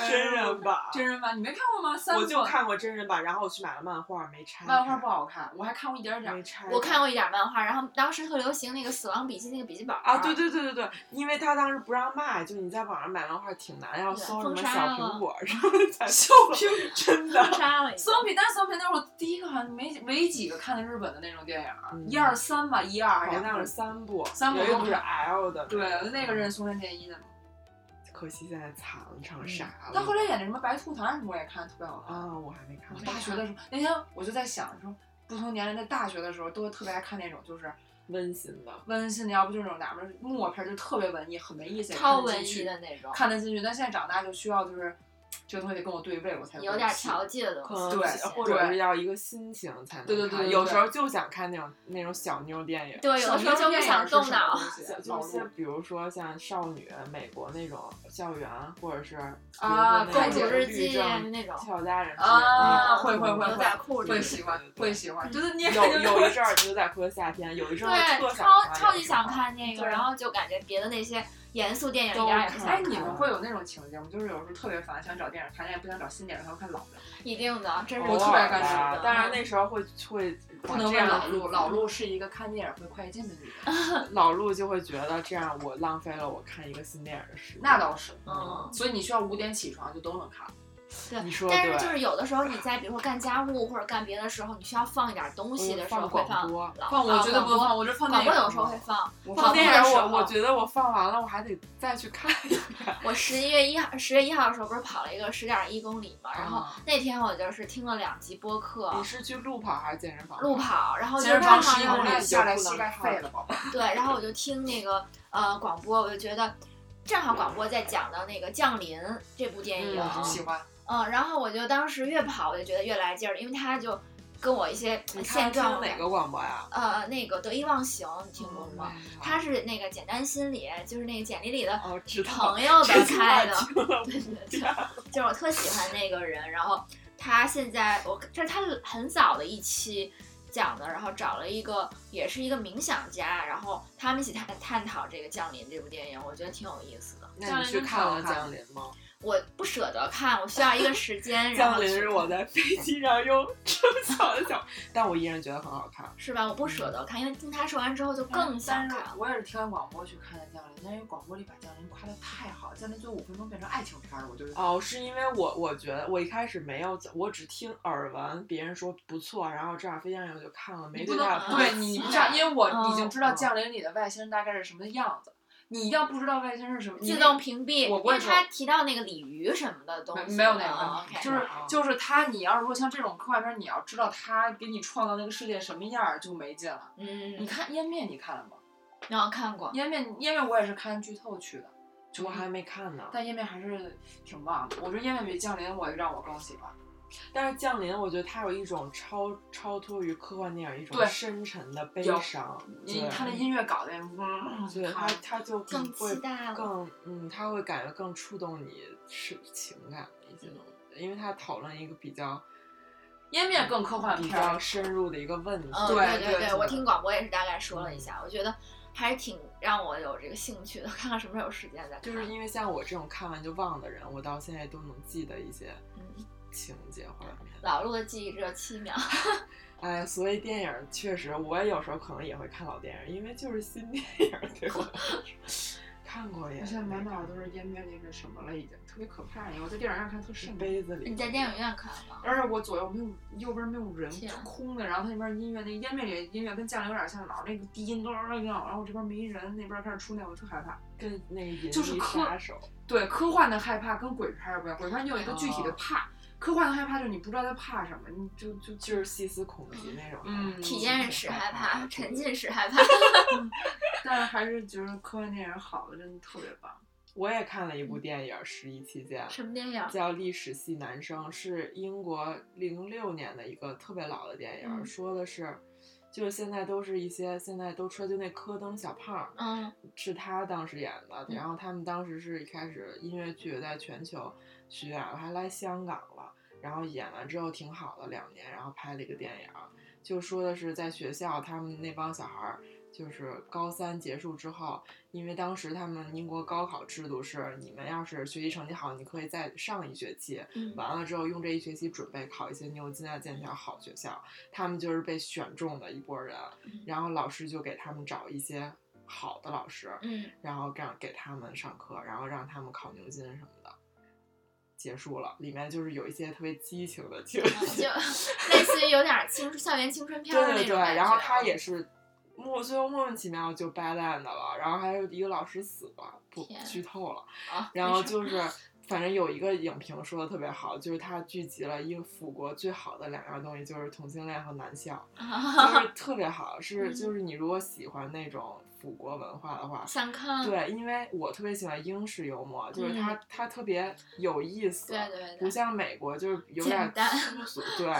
A: 真人版，
C: 真人版你没看过吗？三
A: 我
C: 部
A: 就看过真人版，然后我去买了漫画，没拆开。
C: 漫画不好看，我还看过一点儿点儿
A: 没。拆开。
B: 我看过一点漫画，然后当时特流行那个《死亡笔记》那个笔记本儿
A: 啊，对，对对对对，因为他当时不让卖，就你在网上买漫画挺难，要
B: 对
A: 搜什
B: 封
A: 么小
B: 杀
A: 苹
B: 了
A: 果 什么才
C: 小
A: 苹，真 的。
B: 杀了一
C: 死
B: 个。
C: 亡笔，但是死亡笔那是我第一个，好像没没几个看的日本的那种电影儿啊
A: 嗯，
C: 一二三吧，一二
A: 好
C: 好
A: 像
C: 像
A: 是三部，
C: 三部
A: 有一
C: 都
A: 部
C: 不
A: 是
C: 是
A: L 的，
C: 对，那个人松山健一的嘛。
A: 可惜现在惨了，成傻了。
C: 他后来演的什么白兔糖什么，我也看，特别好看。
A: 啊，我还没看
C: 我。大学的时候，那天我就在想说，不同年龄在大学的时候都特别爱看那种就是
A: 温馨的，
C: 温馨的，要不就是那种哪怕是默片儿，就特别文艺，很没意思，也
B: 超
C: 看得进
B: 文艺
C: 去
B: 的那种，
C: 看得进去。但现在长大就需要就是这个东西得跟我对位，我才
B: 有
C: 会
B: 点
C: 喜欢
B: 调剂的
A: 可
B: 东西。
A: 能
C: 对
A: 是或
C: 对
A: 者是要一个心情才能
C: 对对对
A: 看
C: 对
A: 有
C: 对
A: 时候就想看那种那种小妞电影。
B: 对，有的时候就不想动 脑。
A: 小
C: 啊
A: 就是像比如说像少女、美国那种校园，或者是
C: 啊
A: 比如说那
B: 公
A: 种
C: 公
B: 主
C: 主
B: 日
A: 绿
B: 记
A: 证
B: 那种，
A: 俏佳人之类的
C: 啊，
A: 那种
C: 会会会
B: 牛
C: 会
B: 仔裤
A: 对
C: 会
B: 里
C: 喜欢
A: 对对
C: 会喜欢，就是你也
A: 有有一阵
C: 儿
A: 儿牛仔裤的夏天，有一阵儿我特
B: 对，
A: 想
B: 超
A: 看
B: 超级
A: 那个
B: 想看那个，
C: 对
B: 然后就感觉别的那些严肃电影一
A: 都
B: 点儿也不想
C: 哎，
B: 看。
C: 你们会有那种情境吗？就是有时候特别烦，想找电影看，但也不想找新电影，想看老的。
B: 一定的，这是
C: 我特别干
B: 这
C: 涉
B: 样
A: 的
B: 的。嗯
A: 当然那时候会会
C: 不能
A: 这
C: 问
A: 样啊
C: 老路，老路是一个看电影会快进的女人。
A: 老陆就会觉得这样我浪费了我看一个新电影的时间。
C: 那倒是，
B: 嗯
C: 所以你需要五点起床就都能看。
A: 你说
B: 但
A: 对
B: 是就是有的时候你在比如说干家务或者干别的时候，你需要放一点东
C: 嗯
B: 西的时候
A: 放
B: 会
A: 广播
B: 老
C: 放我
B: 啊
C: 觉得
B: 广
C: 不能
B: 播
C: 放，我这放
B: 广
C: 电
B: 播
C: 影
B: 有时候会放。
C: 我
A: 放
B: 放
C: 放
A: 电
B: 电
A: 影
B: 影
C: 时
A: 我
C: 候
A: 我觉得我放完了我还得再去看一遍。
B: 我十一月一号，十月一号的时候不是跑了一个十点一公里嘛，然
C: 嗯
B: 后
A: 啊
B: 那天我就是听了两集播客
A: 你，是去路跑还是健身房？啊
B: 路。跑，然后就
C: 健身
B: 正
C: 房
B: 好
C: 十一
B: 有
C: 公
A: 那
C: 里
A: 你就
C: 下来
A: 不能
C: 膝盖
A: 看
C: 废了，宝贝。
B: 对，然后我就听那个呃广播，我就觉得正好广播在讲到那个《降临》这部电影，
A: 嗯
C: 哎喜欢。
B: 嗯，然后我就当时越跑我就觉得越来劲儿，因为他就跟我一些
A: 你看
B: 现
A: 听
B: 状
A: 哪个哦广播呀？哎
B: 呃那个得意忘形，你听过吗？他是那个简单心理，就是那个简历里的
A: 哦，知道。
B: 朋友
A: 这
B: 的
A: 句话
B: 开的，
A: 听了
B: 对对对，就是我特喜欢那个人，然后他现在我这是他很早的一期讲的，然后找了一个也是一个冥想家，然后他们一起探探讨这个《降临》这部电影，我觉得挺有意思的。
A: 那你去看了降临吗？
B: 我不舍得看，我需要一个时间，然后
A: 降临
B: 去
A: 是我在飞机上用 这么小的小，但我依然觉得很好看。
B: 是吧？我不舍得看，因为听他说完之后就
C: 哎
B: 更想
C: 但是
B: 看了。
C: 我也是听完广播去看的《降临》，但是广播里把《降临》夸的太好，《降临》最后五分钟变成爱情片儿了，我就
A: 哦，是因为我我觉得我一开始没有，我只听耳闻别人说不错，然后正好飞机上我就看了，没
C: 你不
A: 对
C: 能
A: 它
B: 啊
A: 有
C: 对
A: 评
C: 你不
A: 价
C: 知道，因为我已经
B: 嗯
C: 知道
A: 嗯
C: 降临里的外星人大概是什么样子，你一定要不知道外星人是什么，你
B: 自
C: 那
B: 动屏蔽，
C: 我
B: 因
C: 不会
B: 为他提到那个鲤鱼什么的东
C: 没
B: 西，
C: 没有那个
B: 啊，OK
C: 就是
A: 啊
C: 就是他，你要是说像这种科幻片儿，你要知道他给你创造那个世界什么样儿就没劲了。你
B: 嗯，
C: 看《湮灭》，你看了吗？
B: 然后看过
C: 《湮灭》《湮灭》我也是看剧透去的，就
A: 我还没看呢。
C: 但《湮灭》还是挺棒的，我觉得《湮灭》比《降临》我让我更喜欢。
A: 但是《降临》，我觉得它有一种超超脱于科幻电影一种
C: 对
A: 深沉的悲
C: 有
A: 伤。
C: 你
A: 对
C: 他那音乐搞的，嗯，
A: 对它
C: 他
A: 它就
B: 更
A: 会
B: 期待了
A: 更嗯，它会感觉更触动你是情感的一些东西，因为它讨论一个比较
C: 湮灭更科幻
A: 比
C: 片儿
A: 较，深入的一个问题。
B: 嗯，
C: 对
B: 对
C: 对
B: 对，
C: 对
B: 我听广播也是大概说了一下，我觉得还是挺让我有这个兴趣的， 看看什么时候有时间再看。
A: 就是因为像我这种看完就忘的人，我到现在都能记得一些
B: 嗯
A: 情节画面。
B: 老陆的记忆只有七秒，
A: 哎，所以电影儿确实，我也有时候可能也会看老电影儿，因为就是新电影儿对吧？ 看过也
C: 我现在
A: 没
C: 满脑
A: 看
C: 子都是湮灭那个什么了，已经特别可怕。我在电影院看特瘆得慌
A: 杯子里。
B: 你在电影院看吗？
C: 而且我左右没有，右边没有人，
B: 天
C: 就空的。然后它那边音乐，那湮灭里的音乐跟降临有点像，老是那个低音咚咚咚，然后我这边没人，那边开始出那个，我特害怕。
A: 跟那个《银
C: 就是
A: 翼
C: 科
A: 杀手
C: 哦对，科幻的害怕跟鬼片儿不一样，鬼片儿你有一个具体的怕，科幻的害怕就是你不知道他怕什么，你就就
A: 就是细思恐极那种。
C: 嗯，
B: 体验式害怕，沉浸式害 怕。
C: 但是还是觉得科幻电影好的真的特别棒。
A: 我也看了一部电影，十一期间
B: 什么电 影？
A: 叫《历史系男生》，是英国零六年的一个特别老的电影，
B: 嗯
A: 说的是，就是现在都是一些现在都出来就那柯登小胖儿，
B: 嗯
A: 是他当时演的，
B: 嗯
A: 然后他们当时是一开始音乐剧在全球巡演，还来香港了，然后演完之后挺好的两年，然后拍了一个电影，就说的是在学校他们那帮小孩儿。就是高三结束之后，因为当时他们英国高考制度是，你们要是学习成绩好，你可以再上一学期，
B: 嗯
A: 完了之后用这一学期准备考一些牛津啊、剑桥好学校，他们就是被选中的一拨人
B: 嗯，
A: 然后老师就给他们找一些好的老师，
B: 嗯，
A: 然后让给他们上课，然后让他们考牛津什么的。结束了，里面就是有一些特别激情的情
B: 就
A: 节，
B: 类似于有点青春校园 青春片
A: 对
B: 儿那
A: 对对，
B: 种感觉。啊
A: 然后他也是莫最后莫名其妙就掰烂的了，然后还有一个老师死了，不
B: 天
A: 剧透了。
B: 啊，
A: 然后
B: 没事
A: 就是，反正有一个影评说的特别好，就是它聚集了英辅国最好的两样东西，就是同性恋和男 校，
B: 啊
A: 就是特别好。是
B: 嗯
A: 就是你如果喜欢那种辅国文化的话。
B: 想看。
A: 对，因为我特别喜欢英式幽默，就是
B: 嗯
A: 它、它特别有意思，
B: 对对
A: 不
B: 对，
A: 像美国就是有
B: 简
A: 点
B: 单嗯
A: 粗俗， 对，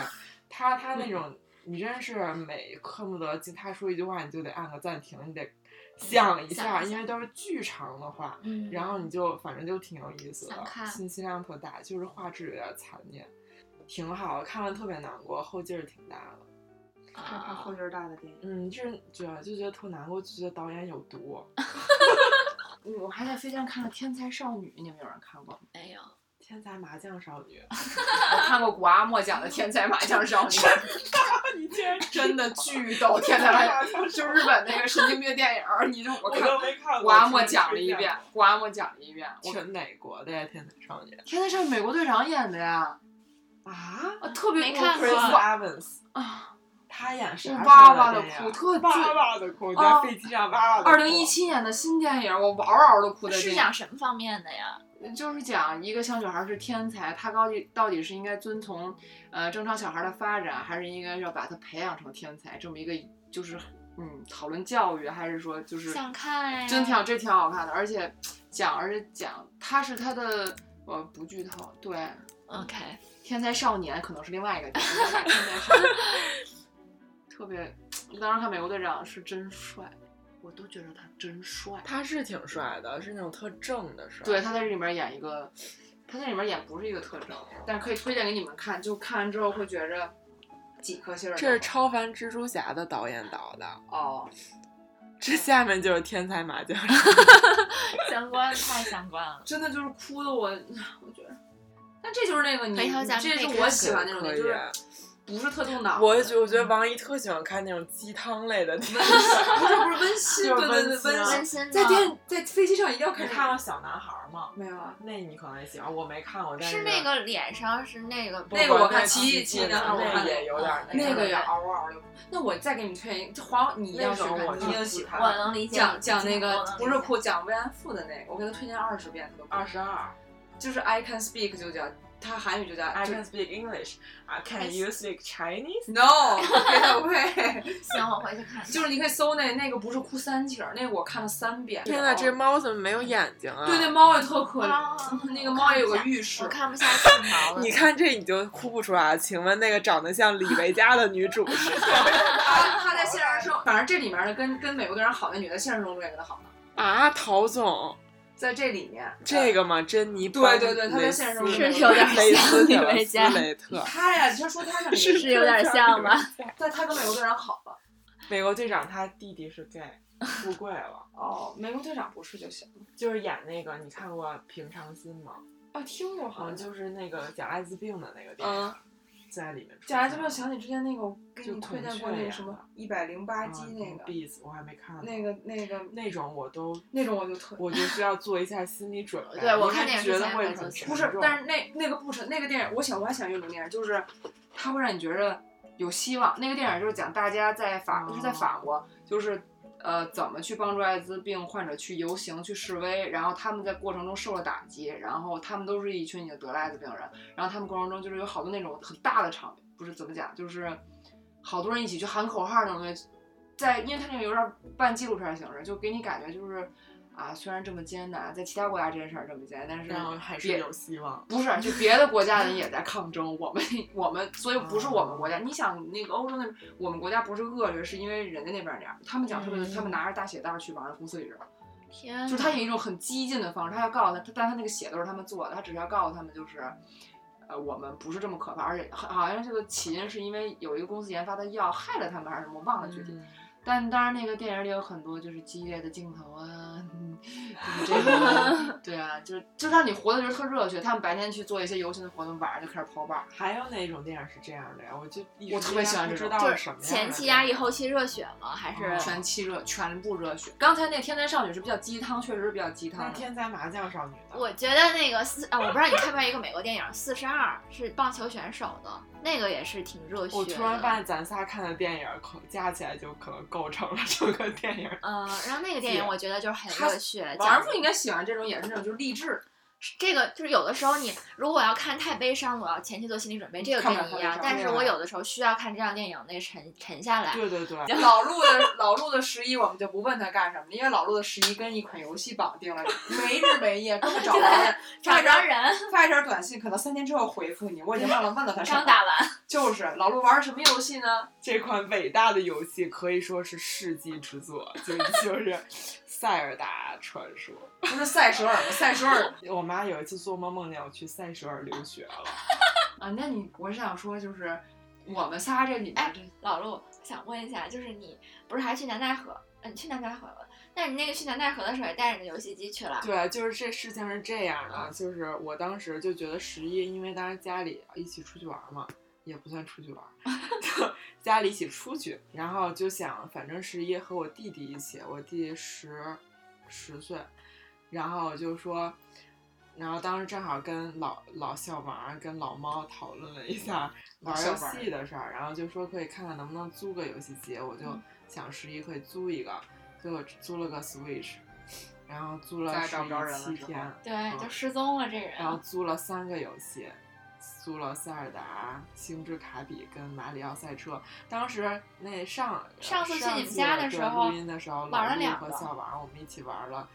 A: 它它那种你真是每恨不得就他说一句话你就得按个暂停，你得想一
B: 想
A: 下，因
B: 一下
A: 为都是巨长的话，
B: 嗯，
A: 然后你就反正就挺有意思
B: 想
A: 的，
B: 看
A: 信息量特大，就是画质有点残念，挺好，看完特别难过，后劲儿挺大的。
B: 嗯
C: 害怕后劲儿大的电影。
A: 嗯，就是觉得就觉得特难过，就觉得导演有毒。
C: 我还在飞机上看了《天才少女》，你们有人看过吗？
B: 嗯没有，
A: 天才麻将少女，
C: 我看过古阿莫奖的《天才麻将少女》，
A: 你竟然
C: 真的巨逗，《天才麻将》
A: 将
C: 就日本那个神经病电影儿，你就我
A: 我
C: 看
A: 都没看过。
C: 古阿莫
A: 听
C: 讲了
A: 推
C: 一
A: 荐
C: 遍，古阿莫讲了一遍。我
A: 全哪国的呀？天才少女
C: 天才少女美国队长演的呀，
A: 啊
C: 啊，特别
B: 没
C: 我
B: 看
C: 哭
B: 过
A: ，Chris
C: 了
A: Evans，
C: 啊，
A: 他演啥时
C: 我
A: 候
C: 哇哇的
A: 电影
C: 哭，特
A: 哇
C: 巨。
A: 哇的哭，在
C: 哦
A: 飞机上哇哇的哭。
C: 二零一七年的新电影，我嗷嗷的哭的。
B: 是讲什么方面的呀？
C: 就是讲一个小女孩是天才，她到底到底是应该遵从呃正常小孩的发展，还是应该要把她培养成天才？这么一个就是嗯，讨论教育，还是说就是
B: 想看呀
C: 真挺好，这挺好看的，而且讲而且讲她是她的呃不剧透，对，
B: OK，
C: 天才少年可能是另外一个天才少年，特别我当时看美国队长是真帅，我都觉得他真帅。
A: 他是挺帅的，是那种特正的帅。
C: 对，他在这里面演一个，他在里面演不是一个特征，但是可以推荐给你们看，就看完之后会觉着几颗星儿的。
A: 这是超凡蜘蛛侠的导演导的，
C: 哦，
A: 这下面就是天才麻将。
B: 相关太相关 了。
C: 真的就是哭的我，我觉得，但这就是那个你，
B: 回头咱们
C: 这
B: 可以
C: 是
B: 看
C: 我
B: 看
C: 喜欢那种
A: 可
C: 的，
A: 以
C: 就是不是特动脑 子，
A: 我也觉得我觉得王一特喜欢看那种鸡汤类的电影。
C: 不是不是温馨，
A: 就是
C: 对对对，
A: 温馨啊
C: 温馨
B: 温。馨的
C: 在电在飞机上一定要
A: 你
C: 看
A: 看过《小男孩》吗？
C: 没有啊？
A: 那你可能也喜欢，我没看过，但
B: 是那个脸上是那个
A: 不
C: 那个
A: 不
C: 我看
A: 那
C: 奇异
A: 迹
C: 记呢我
A: 啊那
C: 看
A: 也有点儿
B: 那
C: 那
A: 个
C: 个也嗷嗷的。那我再给你们推荐一个，这黄你一定要去
A: 那种我
C: 看，你一
A: 就
C: 定喜欢。
B: 我能理解
C: 讲讲那
B: 我
C: 个
B: 能理解
C: 不是哭，讲慰安妇的那个，我给他推荐二十遍他都不
A: 二十二。
C: 就是 I can speak 就叫他韩语就叫
A: I
C: 就
A: can speak English. Uh, can you speak Chinese?
C: no 别的会，
B: 行，我回去看看。
C: 就是你可以搜那那个不是哭三起儿，那个我看了三遍。
A: 天呐，这猫怎么没有眼睛啊？
C: 对那猫也特可怜，
B: 啊
C: 那个猫也有个浴室
B: 我。看不下去毛 了。
A: 你看这你就哭不出来。请问那个长得像李维嘉的女主是谁
C: 他他在现实生，反正这里面的跟跟美国队长好那女的，现实中也跟他好呢。
A: 啊？陶总，
C: 在这里面，
A: 这
C: 个
A: 个吗？珍妮
C: 对
A: 班
C: 对对她在
A: 蕾
C: 现实
A: 丝
C: 中
B: 是有点
A: 蕾
B: 像
A: 丝
B: 李
A: 特拉
B: 维
A: 斯
B: 嘉
A: 雷 特，
C: 他呀，他说他是美
B: 是是有点像吧？
C: 但他跟美国队长好了。
A: 美国队长他弟弟是 gay，富贵了，
C: 哦，美国队长不是就行了。
A: 就是演那个你看过《平常心》吗？
C: 啊，听过
A: 好
C: 好
A: 像
C: 像就
A: 就是那个讲艾滋病的那个电影
C: 嗯，
A: 在里面出现了。
C: 贾爱就没有想起之前那个我给
A: 就
C: 你推
A: 孔
C: 荐过
A: 雀
C: 那
A: 呀
C: 个什么啊一百零八鸡那个
A: b e a s 啊我还没看呢。
C: 那个啊那个
A: 那种我都
C: 那种我就特
A: 我就需要做一下心理准备。
B: 对我
A: 因为
B: 看电影之
A: 觉得
B: 前
A: 会
B: 会
A: 很
B: 做心
A: 沉
C: 不是
A: 重，
C: 但是那那个不是那个电影，我想我还想有一种电影，就是它会让你觉着有希望。那个电影就是讲大家在法、
A: 哦
C: 是在法国，就是呃，怎么去帮助艾滋病患者去游行、去示威，然后他们在过程中受了打击，然后他们都是一群已经得了艾滋病的人，然后他们过程中就是有好多那种很大的场，不是怎么讲，就是好多人一起去喊口号那种东西，在因为它那个有点半纪录片形式，就给你感觉就是。啊，虽然这么艰难，在其他国家这件事儿这么艰难，但是
A: 然后还是
C: 也
A: 有希望。
C: 不是，就别的国家人也在抗争，我们我们，所以不是我们国
A: 哦
C: 家。你想那个欧洲那，我们国家不是恶劣，是因为人家那边儿那样，他们讲特别，
A: 嗯
C: 他们拿着大血袋儿去往人公司里扔，
B: 天哪，
C: 就是他有一种很激进的方式，他要告诉他，他但他那个血都是他们做的，他只是要告诉他们就是，呃，我们不是这么可怕，而且好好像这个起因是因为有一个公司研发的药害了他们还是什么，忘了具体。
A: 嗯
C: 但当然，那个电影里有很多就是激烈的镜头啊，嗯就是这 种，对啊，就是就让你活的就是特热血。他们白天去做一些游行的活动，晚上就开始跑吧。
A: 还有哪种电影是这样的呀？我就一
C: 我
A: 时
C: 特别
A: 间
C: 喜欢
A: 不
C: 这
A: 知
C: 种
A: 道
B: 就是
A: 什么样
B: 前
A: 的
B: 期
A: 电
B: 压抑，
A: 影
B: 后期热血吗？还是
A: 嗯
C: 全期热，全部热血。刚才那天才少女是比较鸡汤，确实是比较鸡汤
A: 那
C: 的。
A: 天才麻将少女的，
B: 我觉得那个四啊，我不知道你看没看一个美国电影《四十二》，是棒球选手的那个也是挺热血的。
A: 我突然发现咱仨看的电影可加起来就可能构成了整个电影。
B: 嗯，然后那个电影我觉得就是很热血，
C: 王
B: 讲
C: 二富应该喜欢这种，也是那种就是励志。
B: 这个就是有的时候你如果我要看太悲伤，我要前期做心理准备，这个跟
C: 看不了
B: 你一样
C: 太。悲伤
B: 但是我
A: 对
B: 有的时候需要看这样的电影，那沉沉下来。
A: 对对对，
C: 老陆的老陆的十一，我们就不问他干什么，因为老陆的十一跟一款游戏绑定了，没日没夜，根本找不着人。
B: 找着 人，
C: 发一条短信，可能三天之后回复你，我已经忘了问了他什么
B: 刚。打完，
C: 就是老陆玩什么游戏呢？
A: 这款伟大的游戏可以说是世纪之作， 就就是《塞尔达传说
C: 不是塞舌尔吗？塞舌尔》。
A: 我妈有一次做梦梦见我去塞舌尔留学了，
C: 啊，那你我是想说，就是我们仨这里面
B: 哎
C: 这，
B: 老陆，想问一下，就是你不是还去南戴河？嗯，你去南戴河了？那你那个去南戴河的时候也带着你的游戏机去了？
A: 对，就是这事情是这样
C: 嗯
A: 的，就是我当时就觉得十一，因为当时家里一起出去玩嘛，也不算出去玩， 就家里一起出去，然后就想，反正十一和我弟弟一起，我弟十十岁，然后我就说，然后当时正好跟老老校王跟老猫讨论了一下
C: 老
A: 玩
C: 校
A: 游
C: 王
A: 戏的事儿，然后就说可以看看能不能租个游戏机，我就
B: 嗯
A: 想十一可以租一个，结果租了个 Switch，然后租了
C: 再
A: 十
C: 找不着人了
A: 七
C: 是吗
A: 天，
B: 对，就失踪了这人。
A: 嗯然后租了三个游戏，租了塞尔达、星之卡比跟马里奥赛车。当时那上
B: 上次
A: 次
B: 去你们家的
A: 的
B: 时候
A: 录音的时候，
B: 玩了
A: 老陆
B: 两
A: 和
B: 个
A: 小王我们一起玩了。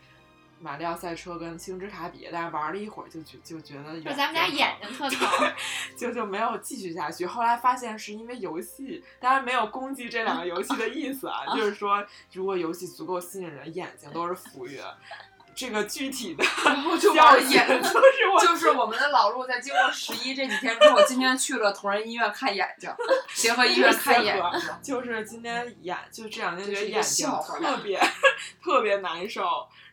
A: 马里奥赛车跟星之卡比，但是玩了一会儿就觉就觉得
B: 就咱们家
A: 眼睛
B: 眼睛 特疼，
A: 就就没有继续下去。后来发现是因为游戏，当然没有攻击这两个游戏的意思 啊，就是说如果游戏足够吸引人，眼睛都是浮云。这个具体的
C: 就
A: 消
C: 玩
A: 息
C: 眼
A: 就是我
C: 就是我们的老陆在经过十一这几天之后，今天去了同仁医院看眼睛，协和医院看眼睛。
A: 就是今天眼就这两天觉得
C: 这是一个
A: 眼睛
C: 笑话
A: 特别 特别难受，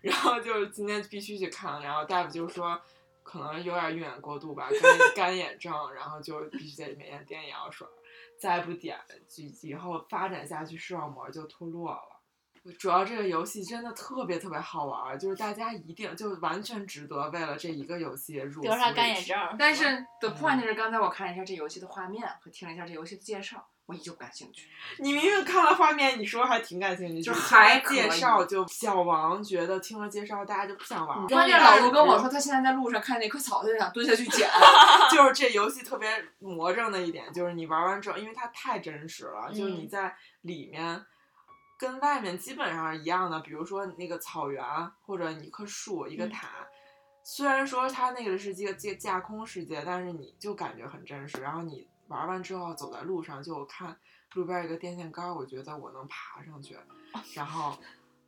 A: 然后就是今天必须去看，然后大夫就说可能有点晕眼过度吧，干干眼症，然后就必须得每天点眼药水儿，再不点就以后发展下去视网膜就脱落了。主要这个游戏真的特别特别好玩儿，就是大家一定就完全值得为了这一个游戏入。
B: 得 上干眼。症。
C: 但是 the point 是，刚才我看了一下这游戏的画面和听了一下这游戏的介绍，我依旧不感兴趣。
A: 你明明看了画面，你说还挺感兴趣，
C: 就
A: 只是
C: 还
A: 听了介
C: 可以
A: 绍就小王觉得听了介绍大家就不想玩了，
C: 关键老陆跟我说，他现在在路上看见那棵草，他就想蹲下去 捡。
A: 就是这游戏特别魔怔的一点就是你玩完之后，因为它太真实了，就是你
B: 嗯
A: 在里面。跟外面基本上是一样的，比如说那个草原或者一棵树、一个
B: 嗯
A: 塔，虽然说它那个是一个架架空世界，但是你就感觉很真实。然后你玩完之后走在路上，就我看路边有个电线杆儿，我觉得我能爬上 去，然后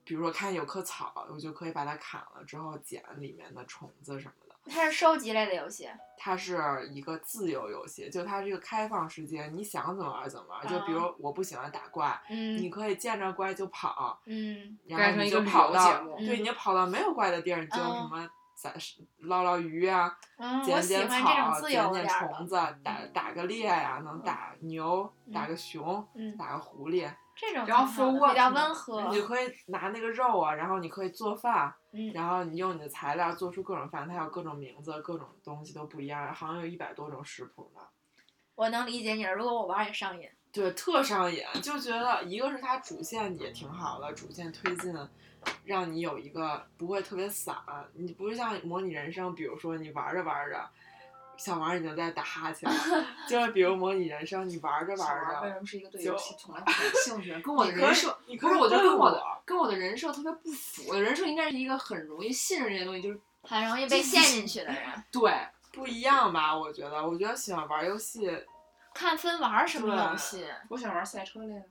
A: 比如说看有棵草，我就可以把它砍了之后捡里面的虫子什么的。
B: 它是收集类的游戏，
A: 它是一个自由游戏，就它是一个开放世界，你想怎么玩怎么玩。就比如我不喜欢打怪，你
B: 啊嗯
A: 可以见着怪就跑，
B: 嗯，
A: 然
C: 变
A: 后
C: 成
A: 你
C: 一个
A: 就
C: 旅
A: 跑
C: 游节
A: 到，
C: 目，
A: 对，你就跑到没有怪的地儿，你就什
B: 嗯
A: 么咱捞捞鱼啊，
B: 嗯，我
A: 捡
B: 喜
A: 捡
B: 欢这种
A: 草，
B: 自
A: 捡
B: 由一
A: 捡
B: 点儿的
A: 虫。子，打打个猎呀、能打牛，打
B: 嗯
A: 个熊，
B: 嗯
A: 打个狐狸，
B: 这种
C: 然后
B: 挺好的
C: for what
B: 比较
C: 呢
B: 温和，
A: 你就可以拿那个肉啊，然后你可以做饭，
B: 嗯
A: 然后你用你的材料做出各种饭，它有各种名字，各种东西都不一样，好像有一百多种食谱呢。
B: 我能理解你了。如果我玩儿也上瘾，
A: 对，特上瘾，就觉得一个是它主线也挺好的，主线推进，让你有一个不会特别散，你不是像模拟人生，比如说你玩着玩着，小王已经在打哈欠了，就是比如模拟人生，你玩着
C: 小
A: 玩
C: 王为
A: 着，
C: 什么是一个对
A: 就
C: 游戏从来不感兴趣？跟我 的
A: 你可
C: 人
A: 以
C: 设，
A: 你可
C: 不是，
A: 以
C: 我觉得
A: 问
C: 跟我的啊
A: 我
C: 跟我的人设特别不符。我的人设应该是一个很容易信任这些东西，就是
B: 很容易被陷进去的人。
C: 对
A: 不一样吧？我觉得，我觉得喜欢玩游戏，
B: 看分玩什么
A: 对
B: 游戏，
C: 我想玩赛车类的。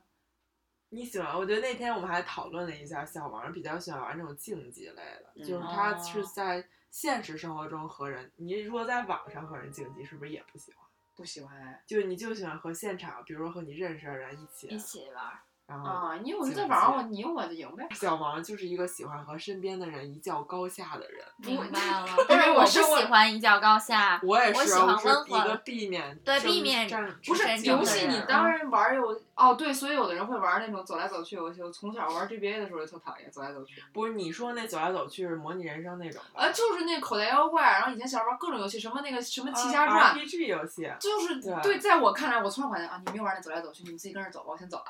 A: 你喜欢？我觉得那天我们还讨论了一下，小王比较喜欢玩那种竞技类的，
E: 嗯
A: 就是他是在现实生活中和人，你如果在网上和人竞技，是不是也不喜欢？
C: 不喜欢哎
A: 就你就喜欢和现场，比如说和你认识的人一起
B: 一，起玩。
A: 然后。
C: 啊！因为我就在
A: 竞
C: 网上，
A: 技
C: 我你我就赢呗。
A: 小王就是一个喜欢和身边的人一较高下的人，
B: 明
C: 我
B: 白 了，
C: 因
B: 但
C: 为
B: 是
C: 我
B: 不
C: 是我
B: 喜欢一较高下。
A: 我也
B: 我
A: 是，啊
B: 喜欢
A: 我是
B: 温和
A: 一个
B: 的
A: 避免
B: 对
A: 争
B: 避免
A: 战
B: 不
C: 不
B: 是
C: 是
B: 真
C: 游
B: 正的
C: 戏，
A: 啊
C: 你
B: 人啊
C: 当然玩游哦，对，所以有的人会玩那种走来走去游戏。我从小玩 GBA 的时候就特讨厌走来走去，
A: 不是你说那走来走去是模拟人生那种吧
C: 啊，就是那口袋妖怪，然后以前小时候玩各种游戏，什么那个什
B: 嗯
C: 么七侠
A: 啊
C: 传，
A: RPG 游戏，
C: 就是
A: 对
C: 对，在我看来，我从小感觉啊，你们又玩那走来走去，你们自己跟着走吧，我先走了。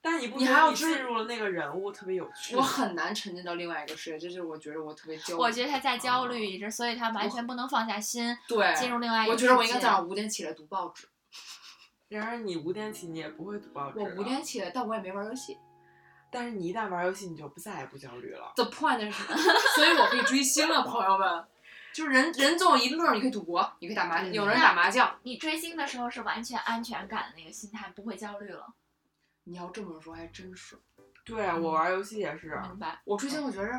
A: 但你不
C: 你
A: 觉
C: 还
A: 得
C: 要
A: 你
C: 知
A: 进入了那个人物特别有趣
C: 我
A: 吗？
C: 很难沉浸到另外一个世界，这就是我觉得我特别焦虑。
B: 我觉得他在焦虑一直，所以他完全不能放下心，
C: 嗯对，
B: 进入另外一个
C: 我
B: 世
C: 觉
B: 界。
C: 得我应该早上五点起来读报纸。
A: 然而你五点起你也不会读报纸
C: 我
A: 的，
B: 啊
C: 五点起来，但我也没玩 游戏。
A: 但是你一旦玩游戏，你就不再也不焦虑了。
C: The point 是什么， 所以我可以追星了，朋友们。就是人人总有一乐，你可以赌博，你可以打麻，
A: 嗯
C: 有人打麻将。
B: 你追星的时候是完全安全感的那个心态，不会焦虑了。
C: 你要这么说还真是。
A: 对啊
C: 嗯
A: 我玩游戏也是，
C: 啊
B: 明白？
C: 我追星，我觉着，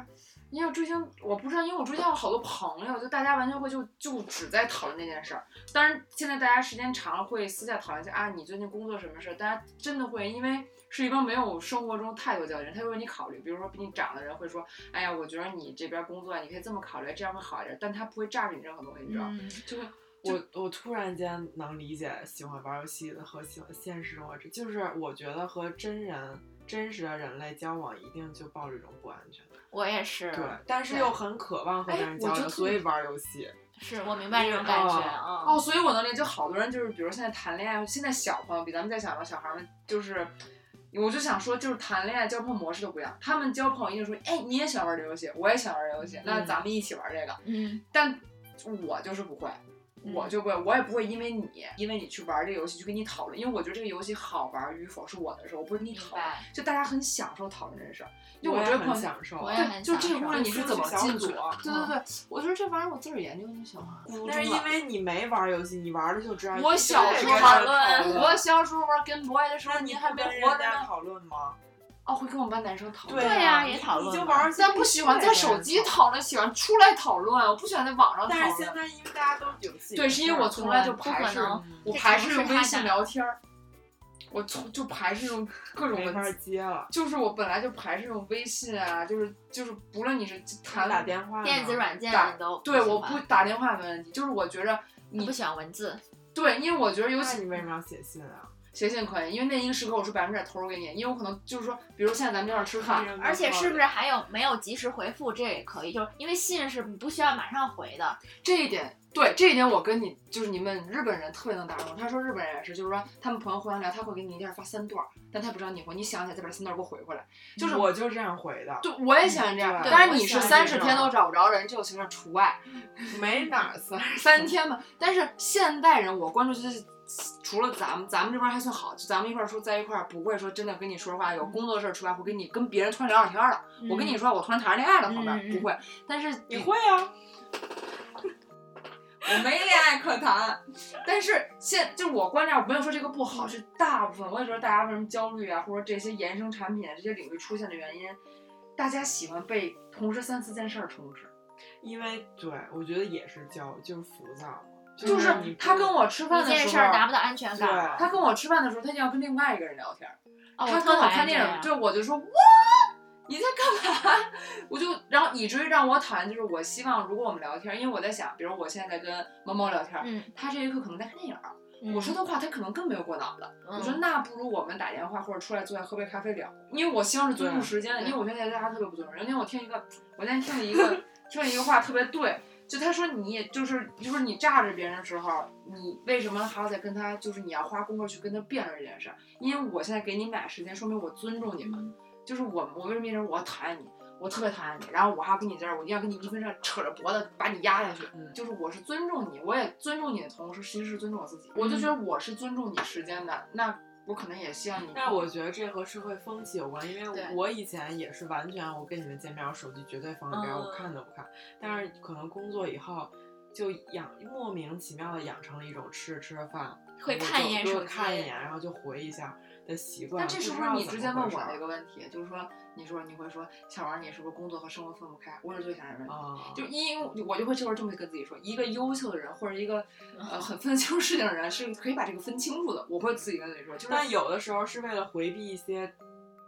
C: 因为追星，我不知道，因为我追星有好多朋友，就大家完全会就就只在讨论那件事儿。当然，现在大家时间长了会私下讨论一下啊，你最近工作什么事儿？大家真的会，因为是一帮没有生活中太多交集的人，他会为你考虑。比如说比你长的人会说，哎呀，我觉得你这边工作啊你可以这么考虑，这样会好一点，但他不会炸着你任何东西，你知道吗？
B: 嗯，
C: 就会
A: 我我突然间能理解喜欢玩游戏的和喜欢现实生活之，就是我觉得和真人真实的人类交往一定就抱着一种不安全感，
B: 我也是，
A: 对，但是又很渴望和别人交
C: 啊哎我觉
A: 流，
C: 得
A: 所以玩游戏。
B: 是我明白这种感觉啊。
C: 哦，所以我能理解好多人就是，比如现在谈恋爱，现在小朋友比咱们再小的小孩儿们，就是，我就想说，就是谈恋爱交朋友模式都不一样。他们交朋友一定说，哎，你也喜欢玩这游戏，我也想玩这游戏，那
A: 嗯
C: 咱们一起玩这个。
B: 嗯，
C: 但我就是不会，
B: 嗯
C: 我就不会，我也不会因为你，因为你去玩这个游戏去跟你讨论，因为我觉得这个游戏好玩与否是我的事，我不会跟你
B: 明
C: 讨论。
B: 白。
C: 就大家很享受讨论这事儿，就
A: 我
C: 我
A: 也
C: 觉得
A: 很
C: 朋友
A: 享受
B: 我，也
C: 对，
B: 很
C: 就
B: 享
C: 这个
B: 受
C: 屋里你是怎么进啊嗯
A: 出
C: 去
A: 去
C: 的
A: 小？
C: 对对对，我觉得这玩意儿我自个儿研究就行了。孤啊
A: 但是
C: 中了
A: 因为你没玩游戏，你玩的就知道。
C: 我小时候
B: 讨
C: 玩
B: 论
C: 我小时候玩 Game Boy 的时候，
A: 那你
C: 您还
A: 不
C: 没
A: 跟
C: 活
A: 人
C: 着
A: 家
C: 呢。
A: 讨论吗？
C: 哦，会跟我们班男生讨论。
B: 对呀
A: 呀，
B: 也
A: 啊你
B: 讨论
A: 你就
B: 嘛
A: 玩游戏，
C: 但不喜欢在手机讨论，喜欢出来讨论。我不喜欢在网上讨
A: 但是现
C: 论。
A: 在因为大家都有自己的事儿，嗯
C: 对，是因为我从来就排斥
B: 不可能，
C: 我
B: 这
C: 排
B: 城
C: 斥
B: 市
C: 微
B: 太
C: 信
B: 大
C: 聊天儿，我从就排斥用各种
A: 没法
C: 的，
A: 接了。
C: 就是我本来就排斥用微信啊，就是就是，不论你是
A: 他
C: 谈
A: 打电话呢，
B: 电子软件
C: 打
B: 你都
C: 对，我
B: 不
C: 不
B: 喜欢
C: 打电话没问题，就是我觉着
B: 我不
C: 你
B: 喜欢文字，
C: 对，因为我觉得尤
A: 那
C: 其
A: 你为什么要写信啊？
C: 写信可以，因为那一个时刻我是百分之百投入给你，因为我可能就是说，比如现在咱们这块儿吃饭，
B: 啊而且是不是还有没有及时回复，这也可以，就是因为信是不需要马上回的。
C: 这一点，对这一点，我跟你就是你们日本人特别能打动。他说日本人也是，就是说他们朋友互相聊，他会给你一下发三段儿，但他不知道你回，你想起来再把三段儿给我回回来。就是
A: 我就这样回的，
C: 对，我也想这样，
A: 对
C: 但是
B: 嗯我
C: 你
B: 想
C: 是
B: 这
C: 三十
A: 样
C: 天都找不着人，这种情况除外，
A: 没哪儿三
C: 三天嘛。但是现代人，我关注就是。除了咱们，咱们这边儿还算好，就咱们一块儿说在一块儿，不会说真的跟你说实话，有工作事儿除外，会跟你跟别人突然聊会儿天儿了。我跟你说，我突然谈上恋爱了，旁边儿
B: 嗯嗯嗯
C: 不会，但是
A: 你会啊？
C: 我没恋爱可谈，但是现就是我观察，我没有说这个不好，是大部分，我也觉得大家为什么焦虑啊，或者这些衍生产品啊这些领域出现的原因，大家喜欢被同时三四件事儿充斥，
A: 因为对，我觉得也是焦，就是浮躁嘛，
C: 就
A: 你
C: 是他跟
A: 我
C: 我吃
B: 一
C: 饭的
B: 件
C: 时
B: 事儿达
C: 候，
B: 不到安全
A: 对，
B: 感。
C: 他跟我吃饭的时候，他就要跟另外一个人聊天儿，
B: 哦，
C: 他
B: 特
C: 跟我
B: 讨厌
C: 看
B: 这
C: 电
B: 样
C: 影，对，我就说哇，你在干嘛？ 我就然后以至于让我讨厌，就是我希望如果我们聊天儿，因为我在想，比如我现在在跟猫猫聊天儿，
B: 嗯，
C: 他这一刻可能在看电影儿，
B: 嗯
C: 我说的话他可能更没有过脑子。我说
B: 嗯
C: 那不如我们打电话或者出来坐下喝杯咖啡聊，因为我希望是尊重时间的，因为我觉得大家特别不尊重人。因为我听一个，我今天听了一个听了一个话特别对，就他说你也就是就是你炸着别人的时候，你为什么还要再跟他就是你要花功夫去跟他辩论这件事儿？因为我现在给你买时间，说明我尊重你们。就是我我为什么一直我讨厌你，我特别讨厌你，然后我还要跟你在这儿，我一定要跟你一分钟扯着脖子把你压下去。
A: 嗯
C: 就是我是尊重你，我也尊重你的同时，其实是尊重我自己。我就觉
A: 嗯
C: 得我是尊重你时间的，那我可能也希望你。
A: 但我觉得这和社会风气有关，因为
C: 对
A: 我以前也是完全，我跟你们见面，我手机绝对放着边，
B: 嗯
A: 我看都不看。但是可能工作以后，就养莫名其妙的养成了一种吃着吃着饭
B: 会
A: 我就
B: 看一眼
A: 就
B: 手机
A: 看一眼，然后就回一下的习惯。
C: 但这是
A: 不知
C: 不是
A: 道
C: 你
A: 怎
C: 之
A: 么
C: 前问
A: 回
C: 我
A: 事
C: 的
A: 儿
C: 一个问题？就是说，你说你会说小王，你是不是工作和生活分不开？我也是最想这问题。
A: 啊？
C: 就因为我就会这会儿这么跟自己说，一个优秀的人或者一个呃很分得清事情的人是可以把这个分清楚的。我会自己跟自己说，就是
A: 但有的时候是为了回避一些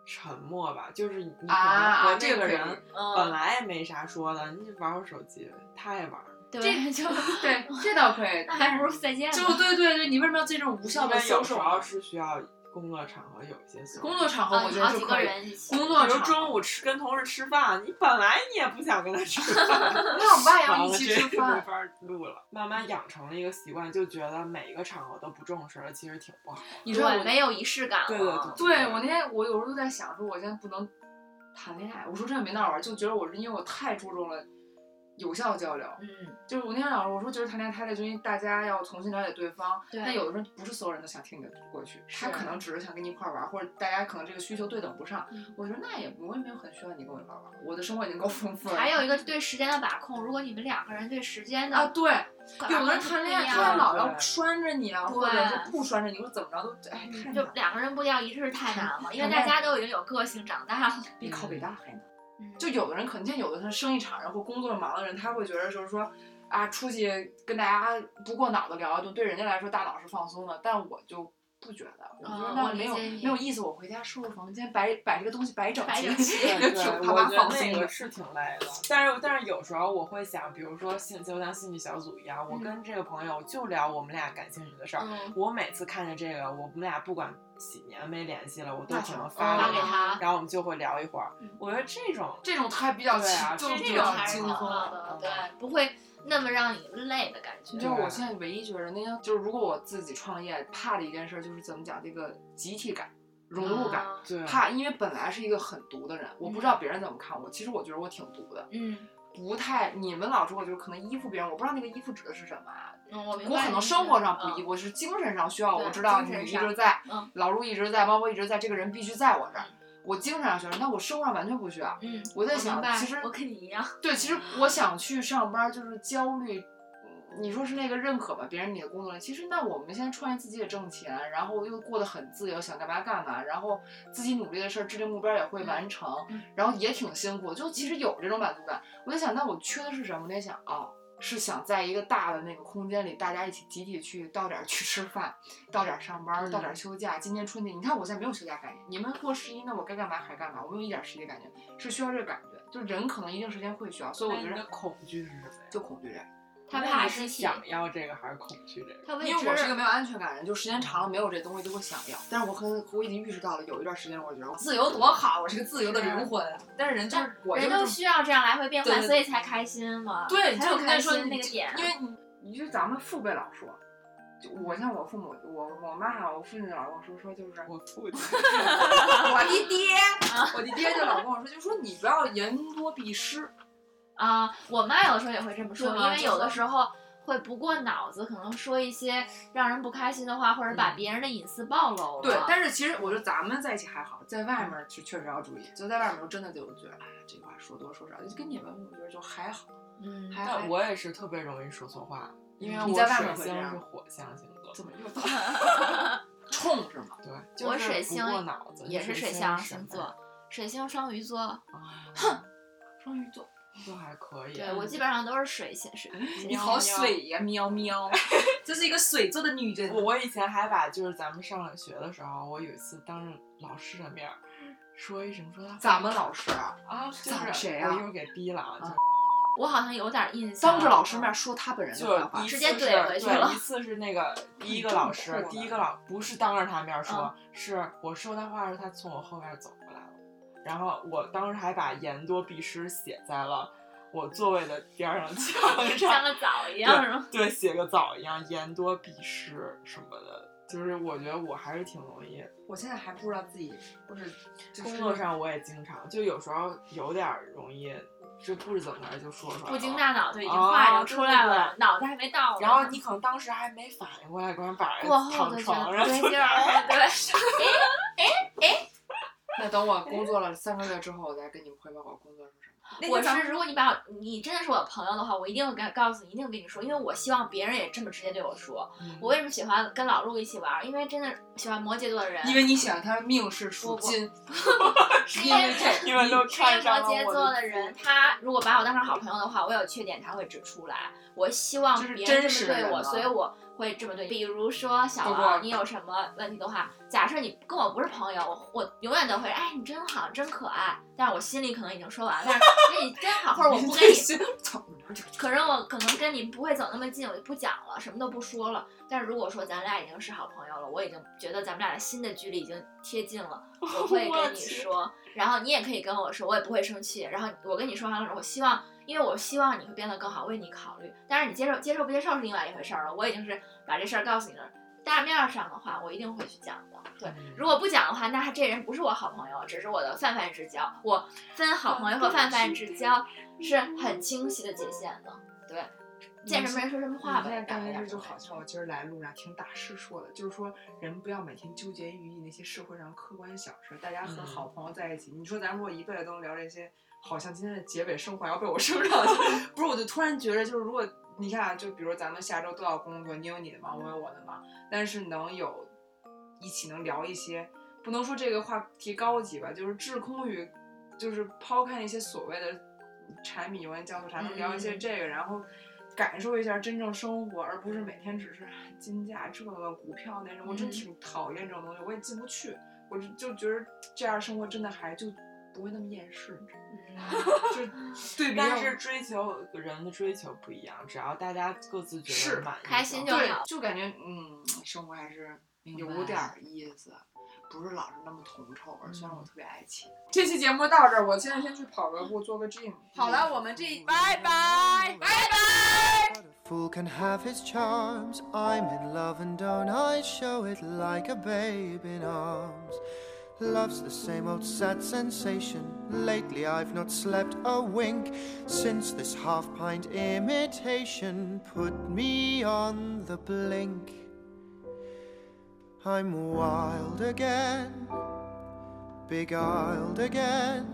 A: 沉默吧，就是你可能
C: 啊
A: 和
C: 这
A: 这
C: 个
A: 个
C: 可以
A: 人本
B: 嗯，
A: 来也没啥说的，你就玩会儿手机呗，他也玩儿。
B: 对， 就
C: 对这倒可以，
B: 那还不如再见
C: 就
B: 呢。
C: 对对对，你为什么要这种无效
A: 因
C: 的
A: 为
C: 销
A: 有时
C: 售？
A: 候是啊需要工作场合有一些所谓
C: 啊工作场合
B: 嗯
C: 我觉得
B: 好
C: 是
B: 几个
C: 可以，嗯
B: 人一起，
C: 工作
A: 比如
C: 场合
A: 中午吃跟同事吃饭，你本来你也不想跟他吃 饭，
C: 那我们爸要
A: 完
C: 一
A: 了
C: 起
A: 这
C: 吃
A: 个没
C: 饭，
A: 法录了。慢慢养成了一个习惯，就觉得每一个场合都不重视了，其实挺不好。
C: 你知道
B: 对
C: 我
B: 没有仪式感了。
A: 对对对
C: 对我那天我有时候都在想，说我现在不能谈恋爱。我说真的没闹着玩儿，就觉得我是因为我太注重了有效交流。
B: 嗯，
C: 就是我那天老师我说，觉得谈恋爱太累，就因为大家要重新了解对方。
B: 对
C: 但有的时候不是所有人都想听你的过去，他
B: 是
C: 可能只是想跟你一块儿玩儿，或者大家可能这个需求对等不上。
B: 嗯
C: 我觉得那也我也没有很需要你跟我一块儿玩儿，我的生活已经够丰富了。
B: 还有一个对时间的把控，如果你们两个人对时间的
C: 啊，对，
B: 把控
C: 有的人
B: 是
C: 谈
B: 不
C: 恋爱，
B: 一
C: 他
B: 样
C: 们
B: 的
C: 老要
A: 对
C: 拴着你啊，或者是不拴着你，或者怎么着都哎，太
B: 嗯
C: 难
B: 就
C: 了
B: 两个人步调一致太难了，因为
C: 谈恋
B: 大家
C: 爱
B: 都已经有个性，长大了。
C: 比考北大还难。
B: 嗯
C: 就有的人肯定有的他是生意场人或工作忙的人，他会觉得就是说，啊，出去跟大家不过脑子聊一顿，对人家来说大脑是放松的，但我就不觉得，我觉
B: 啊
C: 得那
B: 我理
C: 没有
B: 解你
C: 没有意思，我回家收拾房间，摆把这个东西摆整
B: 白
C: 齐
B: 整，齐。
A: 对
C: 也
A: 对，
C: 挺怕
A: 我
C: 把
A: 觉
C: 放
A: 得那
C: 松
A: 个
C: 的
A: 是挺累的。但是但是有时候我会想，比如说兴就像兴趣小组一样，我
B: 嗯
A: 跟这个朋友就聊我们俩感兴趣的事儿。
B: 嗯，
A: 我每次看见这个，我们俩不管几年没联系了，我都
C: 那嗯
A: 可
C: 行
A: 能
B: 发
A: 发
B: 给
A: 给他，
B: 他。
A: 然后我们就会聊一会儿
B: 嗯。
A: 我觉得这种
C: 这种他比较
A: 对啊
C: 轻
A: 这
C: 就
B: 这
C: 比
B: 种
C: 较
B: 还是
C: 轻
B: 挺
C: 松
B: 好
C: 的
B: 的，。嗯对，不会那么让你累的感觉
C: 你。知道
A: 对
C: 我现在唯一觉得那天就是，如果我自己创业，怕的一件事就是怎么讲这个集体感、融入感，
B: 啊
A: 对
C: 怕，因为本来是一个很独的人，我不知道别人怎么看我，其实我觉得我挺独的，
B: 嗯，
C: 不太你们老说我就是可能依附别人，我不知道那个依附指的是什么啊，
B: 嗯我明白。
C: 我可能生活上不依
B: 嗯。
C: 附，是精神上需要
B: 对
C: 我知道
B: 精
C: 你
B: 神
C: 一
B: 上
C: 直在
B: 嗯，
C: 老陆一直在，包括一直在，这个人必须在我这儿。我精神上需要，那我生活上完全不需要。
B: 嗯，
C: 我在
B: 明
C: 想
B: 白
C: 其实
B: 我跟你一样。
C: 对，其实我想去上班，就是焦虑。你说是那个认可吧，别人你的工作量，其实那我们现在创业自己也挣钱，然后又过得很自由，想干嘛干嘛，然后自己努力的事儿，制定目标也会完成，
B: 嗯
C: 然后也挺辛苦，就其实有这种满足感。我在想，那我缺的是什么？我在想，哦，是想在一个大的那个空间里，大家一起集体去到点儿去吃饭，到点儿上班，
B: 嗯
C: 到点儿休假。今年春节，你看我现在没有休假概念，你们过十一，那我该干嘛还干嘛，我没有一点儿时间感觉，是需要这个感觉。就人可能一定时间会需要，所以
A: 那
C: 我觉
A: 你
C: 得
A: 的恐惧是什么呀？
C: 就恐惧这，
B: 他
A: 那
B: 怕
A: 你
B: 集
A: 是
B: 体
A: 想要这个还是恐惧这个？
B: 他
C: 因为我是一个没
B: 有
C: 有安全感的人，就时间长了
A: 嗯
C: 没有这东西就会想要。但是我很我已经预识到了，有一段时间我觉得自由多好，我是个自由的
A: 啊
C: 灵魂。但是人就是我
B: 人
C: 就是
B: 都
C: 这么
B: 需要这样来回变
C: 对
B: 换，
C: 对
B: 所以才开心嘛。
C: 对，
B: 才
C: 就
B: 有
C: 跟他
B: 开
C: 说
B: 心
C: 你
B: 那个点。
C: 因为你你就咱们父辈老说，就我像我父母，我我妈我父亲老跟我说说就是
A: 我啊父亲
C: 我的爹，我的爹就老跟我说，就说你不要言多必失，
B: 啊，我妈有的时候也会这么说，
C: 是
B: 因
C: 吗
B: 为
C: 就
B: 有的
C: 是
B: 时候会不过脑子，可能说一些让人不开心的话，或者把
A: 嗯
B: 别人的隐私暴露了。
C: 对，但是其实我觉得咱们在一起还好，在外面是确实要注意。就在外面，我真的就觉得，哎，这话说多说少，就跟你们，我觉得就还好，
B: 嗯，
C: 还好
A: 但。我也是特别容易说错话，因为
C: 你
A: 我
C: 在外
A: 水
C: 面会这
A: 星
C: 样
A: 是火象星座，
C: 怎么又到 冲是吗？
A: 对，就
B: 我
A: 是
B: 水
A: 不
B: 星
A: 过脑子
B: 也
A: 你
B: 是水
A: 水
B: 象
A: 是什
B: 星
A: 么
B: 座
A: 呀，
B: 水星双鱼座，
A: 啊，
C: 双鱼座，
A: 就还可以。啊
B: 对我基本上都是水星 水。
C: 你好水呀，喵喵， 这是一个水做的女人
A: 我我以前还把就是咱们上学的时候，我有一次当着老师的面儿说一什么说他
C: 咱们老师啊，
A: 啊，就
C: 咱们
A: 是
C: 谁
A: 我
C: 啊
A: 一会儿给逼了啊，就
B: 我好像有点印象。
C: 当着老师面说他本人的
A: 就
C: 坏话
A: 一，
B: 直
A: 次
B: 接
A: 是
B: 怼回去了
A: 对，一次是那 个第一个
C: 这
A: 老
C: 么酷
A: 师
C: 呢，
A: 第一个老不是当着他面儿
B: 嗯
A: 说，是我说他话的时候，他从我后面走过来了。然后我当时还把言多必失写在了我座位的边儿上墙
B: 像
A: 上，
B: 个枣一样是吗？
A: 对，写个早一样，言多必失什么的。就是我觉得我还是挺容易，
D: 我现在还不知道自己不是就是
A: 工作上我也经常，就有时候有点儿容易，就不知怎么着就说出来了。
B: 不经大脑就已经话
A: 哦
B: 就出
A: 对
B: 来
A: 对
B: 了，脑子还没到呢。
A: 然后你可能当时还没反应过来，赶紧把人
B: 过后
A: 躺
B: 的
A: 床上
B: 对
A: 就
B: 劲儿， 对，
C: 那等我工作了三个月之后，我再跟你们汇报我工作是什么。
D: 那天
B: 我
D: 咱们
B: 是如果你把我你真的是我朋友的话，我一定会跟告诉你，一定会跟你说，因为我希望别人也这么直接对我说。我为什么喜欢跟老陆一起玩儿？因为真的喜欢摩羯座的人，
D: 因为你想他命是属 金，因为这
A: 因为都
B: 因为
A: 看
B: 摩
A: 上了我
B: 羯座的
A: 字
B: 人，他如果把我当成好朋友的话，我有缺点他会指出来。我希望
D: 这是
B: 别
D: 真
B: 人
D: 实
B: 这
D: 的
B: 么
D: 人
B: 对我，
D: 了
B: 所以我会这么对你。比如说小
D: 不
B: 王，
D: 不
B: 你有什么问题的话，假设你跟我不是朋友，我我永远都会哎你真好，真可爱。但是我心里可能已经说完了， 但是哎你真好，或者我 不跟你可是我可能跟你不会走那么近，我就不讲了，什么都不说了。但是如果说咱俩已经是好朋友了，我已经觉得咱们俩的心的距离已经贴近了，我会
A: 我
B: 跟你
A: 去
B: 说，然后你也可以跟我说，我也不会生气。然后我跟你说完了，我希望，因为我希望你会变得更好，为你考虑。但是你接受接受不接受是另外一回事儿了，我已经是把这事儿告诉你了。大面儿上的话，我一定会去讲的。对，
C: 嗯
B: 如果不讲的话，那他这人不是我好朋友，只是我的泛泛之交。我分好朋友和泛泛之交是很清晰的界限的。对，见什么人说什么话
C: 你现
B: 呗
C: 在，
B: 大
C: 干
B: 概
C: 的
B: 两
C: 事
B: 个
C: 就
B: 人
C: 好像我今儿来路上听大师说的，就是说人不要每天纠结于那些社会上客观小事，大家和
A: 嗯
C: 好朋友在一起。你说咱如果一辈子都能聊这些，好像今天的结尾升华要被我升上去。 不是，我就突然觉得，就是如果你看啊，就比如咱们下周都要工作，你有你的忙，我有我的忙，但是能有一起能聊一些，不能说这个话题高级吧，就是置空于，就是抛开那些所谓的柴米油盐酱醋茶，能聊一些
B: 嗯
C: 这个，然后感受一下真正生活，而不是每天只是哎金价这个股票那种，我真
B: 嗯
C: 挺讨厌这种东西，我也进不去，我就就觉得这样生活真的还就不会那么厌世，你知道吗
B: 嗯
C: 就对比
A: 但
C: 要
A: 是追求人的追求不一样，只要大家各自觉
C: 是
A: 得满意，
B: 开心就
C: 对
B: 好，
C: 就感觉嗯，生活还是
A: 明白
C: 有点儿意思，不是老是那么铜臭味儿。虽然我特别爱钱。
D: 这期节目到这儿，我现在先去跑个步，做个 gym。
C: 好了我
D: 们这一
B: 拜拜，拜拜。
F: But a fool can have his charms. I'm in love and don't I show it like a babe in arms. Love's the same old sad sensation. Lately I've not slept a wink since this half pint imitation put me on the blink. I'm wild again, beguiled again.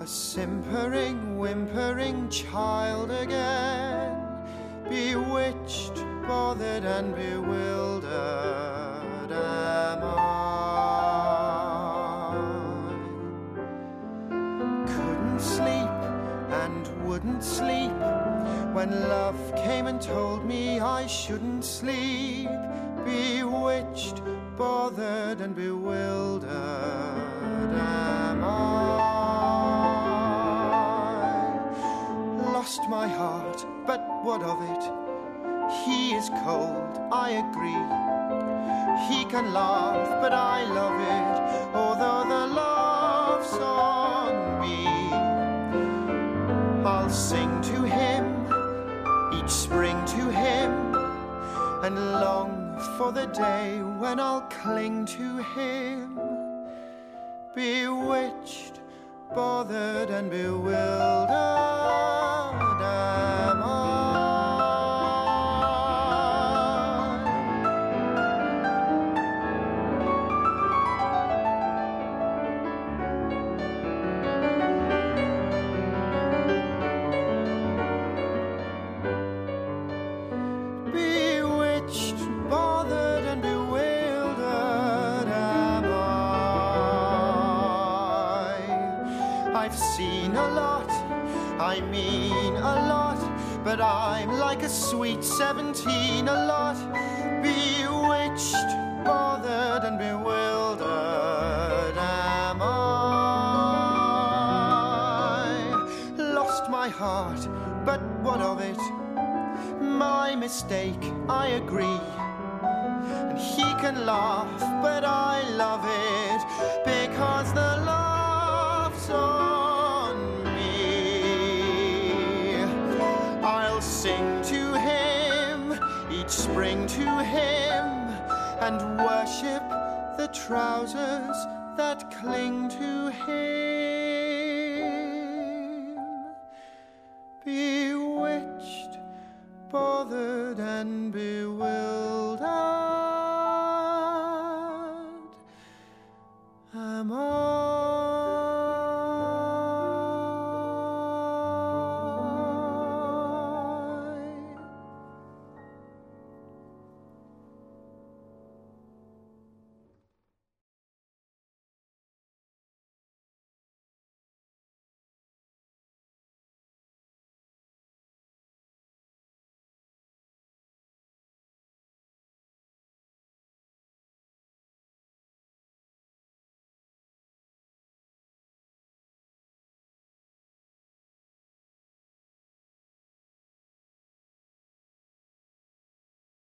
F: A simpering, whimpering child again, bewitched, bothered, and bewildered am I. Couldn't sleep and wouldn't sleep when love came and told me I shouldn't sleep, bewitched, bothered, and bewildered am I. Lost my heart, but what of it? He is cold, I agree. He can laugh, but I love it, although the laugh's on me. I'll sing to him each spring to him and long for the day when I'll cling to him. Bewitched, bothered, and bewildered am I. bewitched, bothered, and bewildered am I. I've seen a lot, I mean a lot, but I'm like a sweet 17 a lot, bewitched, bothered, and bewildered am I. Lost my heart, but what of it? my mistake, I agree. And he can laugh, but I love it because the laugh's on me. and worship the trousers that cling to him. Bewitched, bothered, and bewildered. Am I?